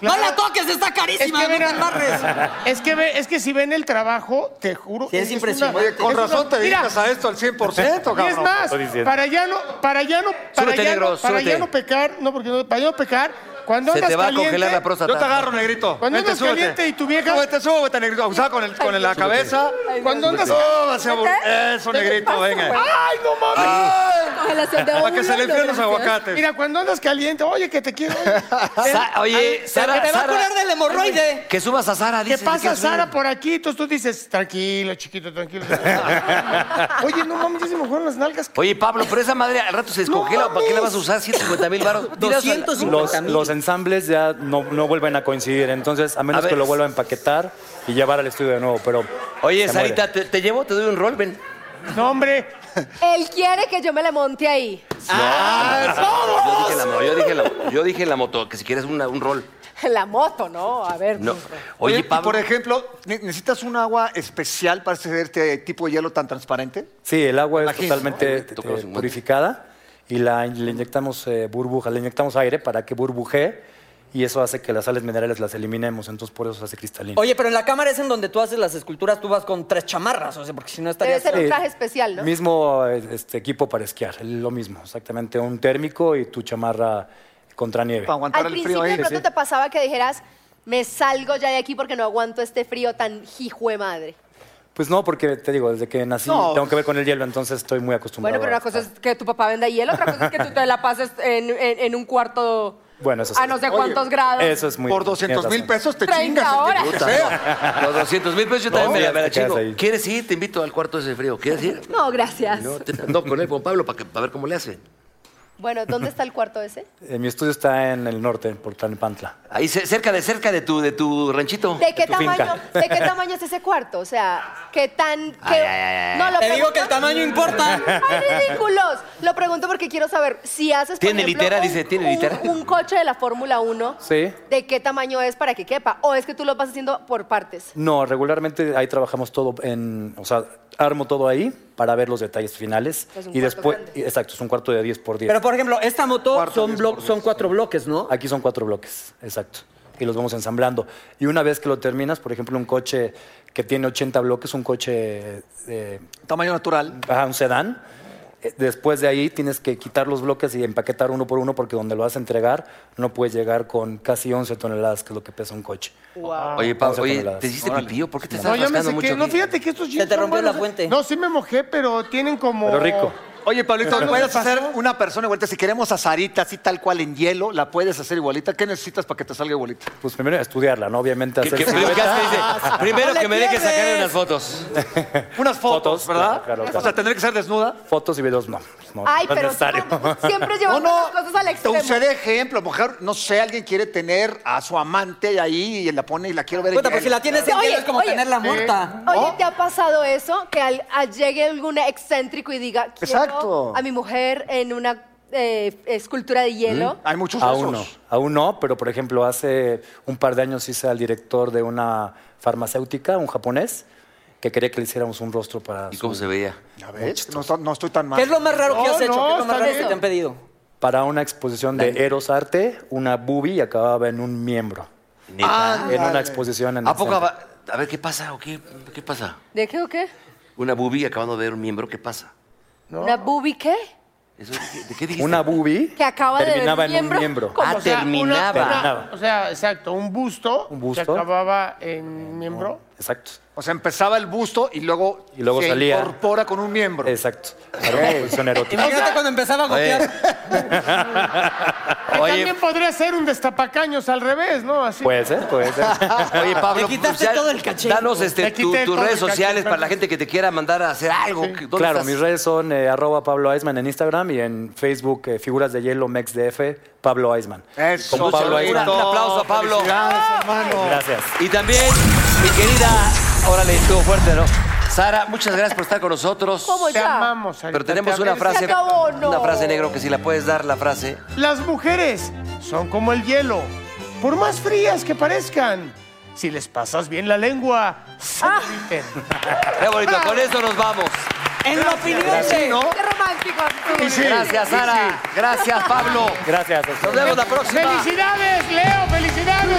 Speaker 5: ¡No la toques! ¡Está
Speaker 3: Es
Speaker 5: carísima!
Speaker 3: que,
Speaker 5: ¡No
Speaker 3: ven
Speaker 5: te
Speaker 3: a-
Speaker 5: embarres!
Speaker 3: es, que ve- es que si ven el trabajo, te juro.
Speaker 5: Sí, es impresionante.
Speaker 3: una-
Speaker 4: Oye, con
Speaker 3: es una-
Speaker 4: razón te
Speaker 3: Mira,
Speaker 4: dedicas a esto al 100%, cabrón.
Speaker 3: Y es más,
Speaker 8: estoy diciendo.
Speaker 3: para ya no, para ya no, para,
Speaker 2: Súbete,
Speaker 3: ya,
Speaker 2: negro,
Speaker 3: no, para ya
Speaker 2: súbete.
Speaker 3: no pecar, no, porque no, para ya no pecar, cuando
Speaker 2: Se
Speaker 3: andas
Speaker 2: te va a
Speaker 3: caliente,
Speaker 2: congelar la próstata.
Speaker 4: Yo te agarro, negrito.
Speaker 3: Cuando
Speaker 4: Vente,
Speaker 3: andas
Speaker 4: súbete.
Speaker 3: caliente y tu vieja-
Speaker 4: Súbete, súbete, negrito. Abusado con, el, con la cabeza.
Speaker 3: Cuando andas-
Speaker 4: Súbase, abu-
Speaker 6: ¿Vete?
Speaker 4: Eso,
Speaker 6: ¿Qué te
Speaker 4: negrito,
Speaker 6: pasa, güey?
Speaker 4: venga.
Speaker 3: ¡Ay, no mames!
Speaker 6: Congelación de
Speaker 4: Para que se le enfríen los
Speaker 6: gracias.
Speaker 4: aguacates.
Speaker 3: Mira, cuando andas caliente, oye, que te quiero. oye.
Speaker 2: Sa-
Speaker 3: Ay,
Speaker 2: oye, Sara,
Speaker 5: ¡Te va a
Speaker 2: Sara,
Speaker 5: curar del hemorroide!
Speaker 2: Que subas a Sara,
Speaker 3: ¿Qué
Speaker 2: dice.
Speaker 3: pasa, Sara, por aquí? Entonces tú dices, tranquilo, chiquito, tranquilo. Oye, no mames, ya se me fueron las nalgas.
Speaker 2: Oye, Pablo, pero esa madre al rato se descongela.
Speaker 3: No
Speaker 2: ¿Para qué la vas
Speaker 3: mames.
Speaker 2: a usar? 150 mil baros.
Speaker 5: 200
Speaker 8: Los,
Speaker 5: 50,000.
Speaker 8: los ensambles ya no, no vuelven a coincidir, entonces a menos
Speaker 2: ver.
Speaker 8: que lo vuelva a empaquetar y llevar al estudio de nuevo, pero...
Speaker 2: Oye,
Speaker 8: se
Speaker 2: Sarita,
Speaker 8: muere.
Speaker 2: te, te llevo, te doy un rol, ven.
Speaker 3: No, hombre.
Speaker 6: Él quiere que yo me le monte ahí.
Speaker 2: Yo dije, la, yo, dije la, yo dije en la moto que si quieres una- un rol.
Speaker 6: La moto, ¿no? A ver.
Speaker 2: No.
Speaker 6: pues,
Speaker 2: Oye,
Speaker 4: y
Speaker 2: Pablo.
Speaker 4: por ejemplo, ¿ne- ¿necesitas un agua especial para hacer este tipo de hielo tan transparente?
Speaker 8: Sí, el agua es
Speaker 4: Imagínate,
Speaker 8: totalmente
Speaker 2: Te tocó
Speaker 8: eh,
Speaker 2: sin guantes.
Speaker 8: purificada y la, le inyectamos eh, burbuja, le inyectamos aire para que burbujee y eso hace que las sales minerales las eliminemos, entonces por eso se hace cristalino.
Speaker 5: Oye, pero en la cámara es en donde tú haces las esculturas, tú vas con tres chamarras, o sea, porque si no
Speaker 6: Debe
Speaker 5: estarías...
Speaker 6: ser un
Speaker 8: Sí.
Speaker 6: traje especial, ¿no?
Speaker 8: Mismo eh, este, equipo para esquiar, lo mismo, exactamente, un térmico y tu chamarra contra nieve.
Speaker 4: Para
Speaker 6: Al
Speaker 4: aguantar el frío ¿eh?
Speaker 6: principio
Speaker 4: ahí.
Speaker 6: de pronto te pasaba que dijeras, me salgo ya de aquí porque no aguanto este frío tan hijo de madre.
Speaker 8: Pues no, porque te digo, desde que nací
Speaker 4: No.
Speaker 8: tengo que ver con el hielo, entonces estoy muy acostumbrado.
Speaker 6: Bueno, pero
Speaker 8: a-
Speaker 6: una cosa es que tu papá venda hielo, otra cosa es que tú te la pases en, en- en un cuarto
Speaker 8: Bueno, eso
Speaker 6: a
Speaker 8: sí.
Speaker 6: no sé cuántos grados.
Speaker 8: Eso es muy
Speaker 4: Por 200
Speaker 8: tienes
Speaker 4: mil
Speaker 8: razón.
Speaker 4: pesos te
Speaker 6: 30
Speaker 4: chingas. ¿eh? el
Speaker 6: horas.
Speaker 4: tiempo que
Speaker 2: Puta,
Speaker 4: sea.
Speaker 2: no. Los 200 mil pesos yo también me la, me la
Speaker 8: te quedas
Speaker 2: chingo.
Speaker 8: ahí.
Speaker 2: ¿Quieres ir? Te invito al cuarto de ese frío. ¿Quieres ir?
Speaker 6: No, gracias.
Speaker 2: No, te- no, con él, con Pablo, para, que- para ver cómo le hace.
Speaker 6: Bueno, ¿dónde está el cuarto ese?
Speaker 8: Eh, mi estudio está en el norte, por Tlalnepantla.
Speaker 2: Ahí ce- cerca de cerca de tu, de tu ranchito.
Speaker 6: ¿De qué,
Speaker 8: tu
Speaker 6: tamaño,
Speaker 8: finca.
Speaker 6: ¿De qué tamaño es ese cuarto? O sea, ¿qué tan...? qué-
Speaker 2: Ay, ay, ay, ay.
Speaker 6: No, lo
Speaker 5: Te digo
Speaker 6: pregunto-
Speaker 5: que el tamaño importa.
Speaker 6: ¡Ay, ridículos! Lo pregunto porque quiero saber si haces, por
Speaker 2: Tiene
Speaker 6: ejemplo,
Speaker 2: litera,
Speaker 6: un-
Speaker 2: dice, tiene
Speaker 6: un-
Speaker 2: litera.
Speaker 6: Un, coche de la Fórmula 1,
Speaker 8: Sí.
Speaker 6: ¿de qué tamaño es para que quepa? ¿O es que tú lo vas haciendo por partes?
Speaker 8: No, regularmente ahí trabajamos todo en, o sea, armo todo ahí para ver los detalles finales
Speaker 6: Es un
Speaker 8: y
Speaker 6: cuarto
Speaker 8: después,
Speaker 6: grande.
Speaker 8: y- exacto, es un cuarto de 10 por 10.
Speaker 5: Pero, por ejemplo, esta moto
Speaker 4: Cuarto,
Speaker 5: son,
Speaker 4: diez
Speaker 5: blo-
Speaker 4: por diez,
Speaker 5: son cuatro bloques, ¿no?
Speaker 8: Aquí son cuatro bloques, exacto. Y los vamos ensamblando. Y una vez que lo terminas, por ejemplo, un coche que tiene 80 bloques, un coche eh,
Speaker 4: Tamaño natural.
Speaker 8: Ajá, un sedán. Eh, Después de ahí tienes que quitar los bloques y empaquetar uno por uno porque donde lo vas a entregar no puedes llegar con casi 11 toneladas, que es lo que pesa un coche. Ah,
Speaker 2: Oye, Pablo,
Speaker 8: Once
Speaker 2: oye,
Speaker 8: toneladas.
Speaker 2: ¿te hiciste pipí o por qué te
Speaker 3: No,
Speaker 2: estás
Speaker 3: ya me
Speaker 2: rascando
Speaker 3: sé
Speaker 2: mucho?
Speaker 3: que. No,
Speaker 2: aquí?
Speaker 3: fíjate que estos
Speaker 5: Se te rompió
Speaker 3: son
Speaker 5: la
Speaker 3: buenos. ¿eh?
Speaker 5: fuente.
Speaker 3: No, sí me mojé, pero tienen como.
Speaker 8: Pero rico.
Speaker 4: Oye, Pablito,
Speaker 3: ¿Pero
Speaker 4: puedes
Speaker 3: qué pasó?
Speaker 4: hacer una persona igualita. Si queremos a Sarita así tal cual en hielo, la puedes hacer igualita. ¿Qué necesitas para que te salga igualita?
Speaker 8: Pues primero estudiarla, ¿no? Obviamente
Speaker 2: Que-
Speaker 8: hacer
Speaker 2: que- primero que hace, dice, primero
Speaker 5: ¡No
Speaker 2: que
Speaker 5: le
Speaker 2: me dejes
Speaker 5: pierdes!
Speaker 2: sacarle unas fotos.
Speaker 4: Unas fotos,
Speaker 8: Fotos,
Speaker 4: ¿verdad?
Speaker 8: claro, claro,
Speaker 4: O sea,
Speaker 8: claro.
Speaker 4: tendré que ser desnuda.
Speaker 8: fotos y videos, no. no
Speaker 6: Ay,
Speaker 8: no es
Speaker 6: pero
Speaker 8: necesario.
Speaker 6: siempre- siempre llevamos las cosas al
Speaker 4: te
Speaker 6: extremo.
Speaker 4: usé de ejemplo. Mujer, no sé, alguien quiere tener a su amante ahí y la pone y la quiero ver
Speaker 5: Puta,
Speaker 4: en
Speaker 5: pues si
Speaker 4: hielo.
Speaker 5: la tienes en
Speaker 6: Oye,
Speaker 5: hielo es como
Speaker 6: oye.
Speaker 5: tenerla muerta.
Speaker 6: Oye, ¿te ha pasado eso? Que al, al llegue algún excéntrico y diga, quiero
Speaker 4: Exacto.
Speaker 6: a mi mujer en una eh, escultura de hielo.
Speaker 8: ¿Mm? Aún no, aún no, pero por ejemplo, hace un par de años hice al director de una farmacéutica, un japonés, que quería que le hiciéramos un rostro para.
Speaker 2: ¿Y cómo se veía?
Speaker 4: A ver, no, estoy- no estoy tan mal.
Speaker 5: ¿Qué es lo más raro que
Speaker 3: Oh, No,
Speaker 5: has hecho? ¿Qué
Speaker 3: no,
Speaker 5: es lo más
Speaker 3: está
Speaker 5: raro que
Speaker 3: bien.
Speaker 5: te han pedido?
Speaker 8: Para una exposición de Eros Arte, una boobie y acababa en un miembro. en una exposición en
Speaker 2: ¿A
Speaker 8: el
Speaker 2: poco?
Speaker 8: centro.
Speaker 2: va- A ver, ¿qué pasa? ¿O qué, ¿Qué pasa?
Speaker 6: ¿De qué o qué?
Speaker 2: Una bubi acabando de ver un miembro, ¿qué pasa?
Speaker 6: ¿Una boobie qué?
Speaker 2: Eso, ¿de, qué, de qué dijiste?
Speaker 8: Una boobie
Speaker 6: Que acaba
Speaker 8: terminaba
Speaker 6: de ver
Speaker 8: en un miembro.
Speaker 6: ¿Cómo?
Speaker 2: Ah,
Speaker 3: O sea, una-
Speaker 2: terminaba.
Speaker 3: una-
Speaker 8: Terminaba.
Speaker 3: o sea, exacto, un busto,
Speaker 8: Un busto.
Speaker 3: que acababa en miembro.
Speaker 8: Exacto,
Speaker 4: O sea, empezaba el busto y luego,
Speaker 8: Y luego
Speaker 4: se
Speaker 8: salía.
Speaker 4: incorpora con un miembro.
Speaker 8: exacto. Para una exposición erótica.
Speaker 5: Imagínate cuando empezaba a gotear.
Speaker 3: Que También podría ser un destapacaños al revés, ¿no? Así.
Speaker 8: Puede ser, puede ser.
Speaker 2: Oye, Pablo,
Speaker 5: Le quitaste
Speaker 2: pues,
Speaker 5: todo el cachete.
Speaker 2: Danos este,
Speaker 3: Le
Speaker 2: tu-
Speaker 3: quité
Speaker 2: tus
Speaker 3: todo el
Speaker 2: redes sociales
Speaker 3: cachete,
Speaker 2: para la
Speaker 3: perdón.
Speaker 2: gente que te quiera mandar a hacer algo. ¿Dónde
Speaker 8: Claro,
Speaker 2: estás?
Speaker 8: mis redes son eh, arroba Pablo Eisman en Instagram y en Facebook eh, figuras de hielo MexDF Pablo Eisman.
Speaker 4: Eso,
Speaker 8: Con Pablo
Speaker 4: Saúl.
Speaker 8: Aguilar.
Speaker 2: Un aplauso a Pablo.
Speaker 4: Felicidades, hermano.
Speaker 8: Gracias.
Speaker 2: Y también, mi querida, órale, estuvo fuerte, ¿no? Sara, muchas gracias por estar con nosotros.
Speaker 6: ¿Cómo
Speaker 3: Te
Speaker 6: ya?
Speaker 3: amamos, Sarita,
Speaker 2: Pero
Speaker 3: te
Speaker 2: tenemos una
Speaker 3: amamos.
Speaker 2: frase,
Speaker 6: acabó, no.
Speaker 2: una frase negro que si la puedes dar, la frase.
Speaker 3: Las mujeres son como el hielo, por más frías que parezcan. Si les pasas bien la lengua, se
Speaker 5: Ah.
Speaker 3: derriten.
Speaker 2: Qué bonito, con eso nos vamos.
Speaker 5: En la opinión de...
Speaker 6: Qué romántico.
Speaker 2: Gracias, Sara. Gracias, Pablo.
Speaker 8: Gracias.
Speaker 2: Nos vemos la próxima.
Speaker 3: ¡Felicidades, Leo! ¡Felicidades!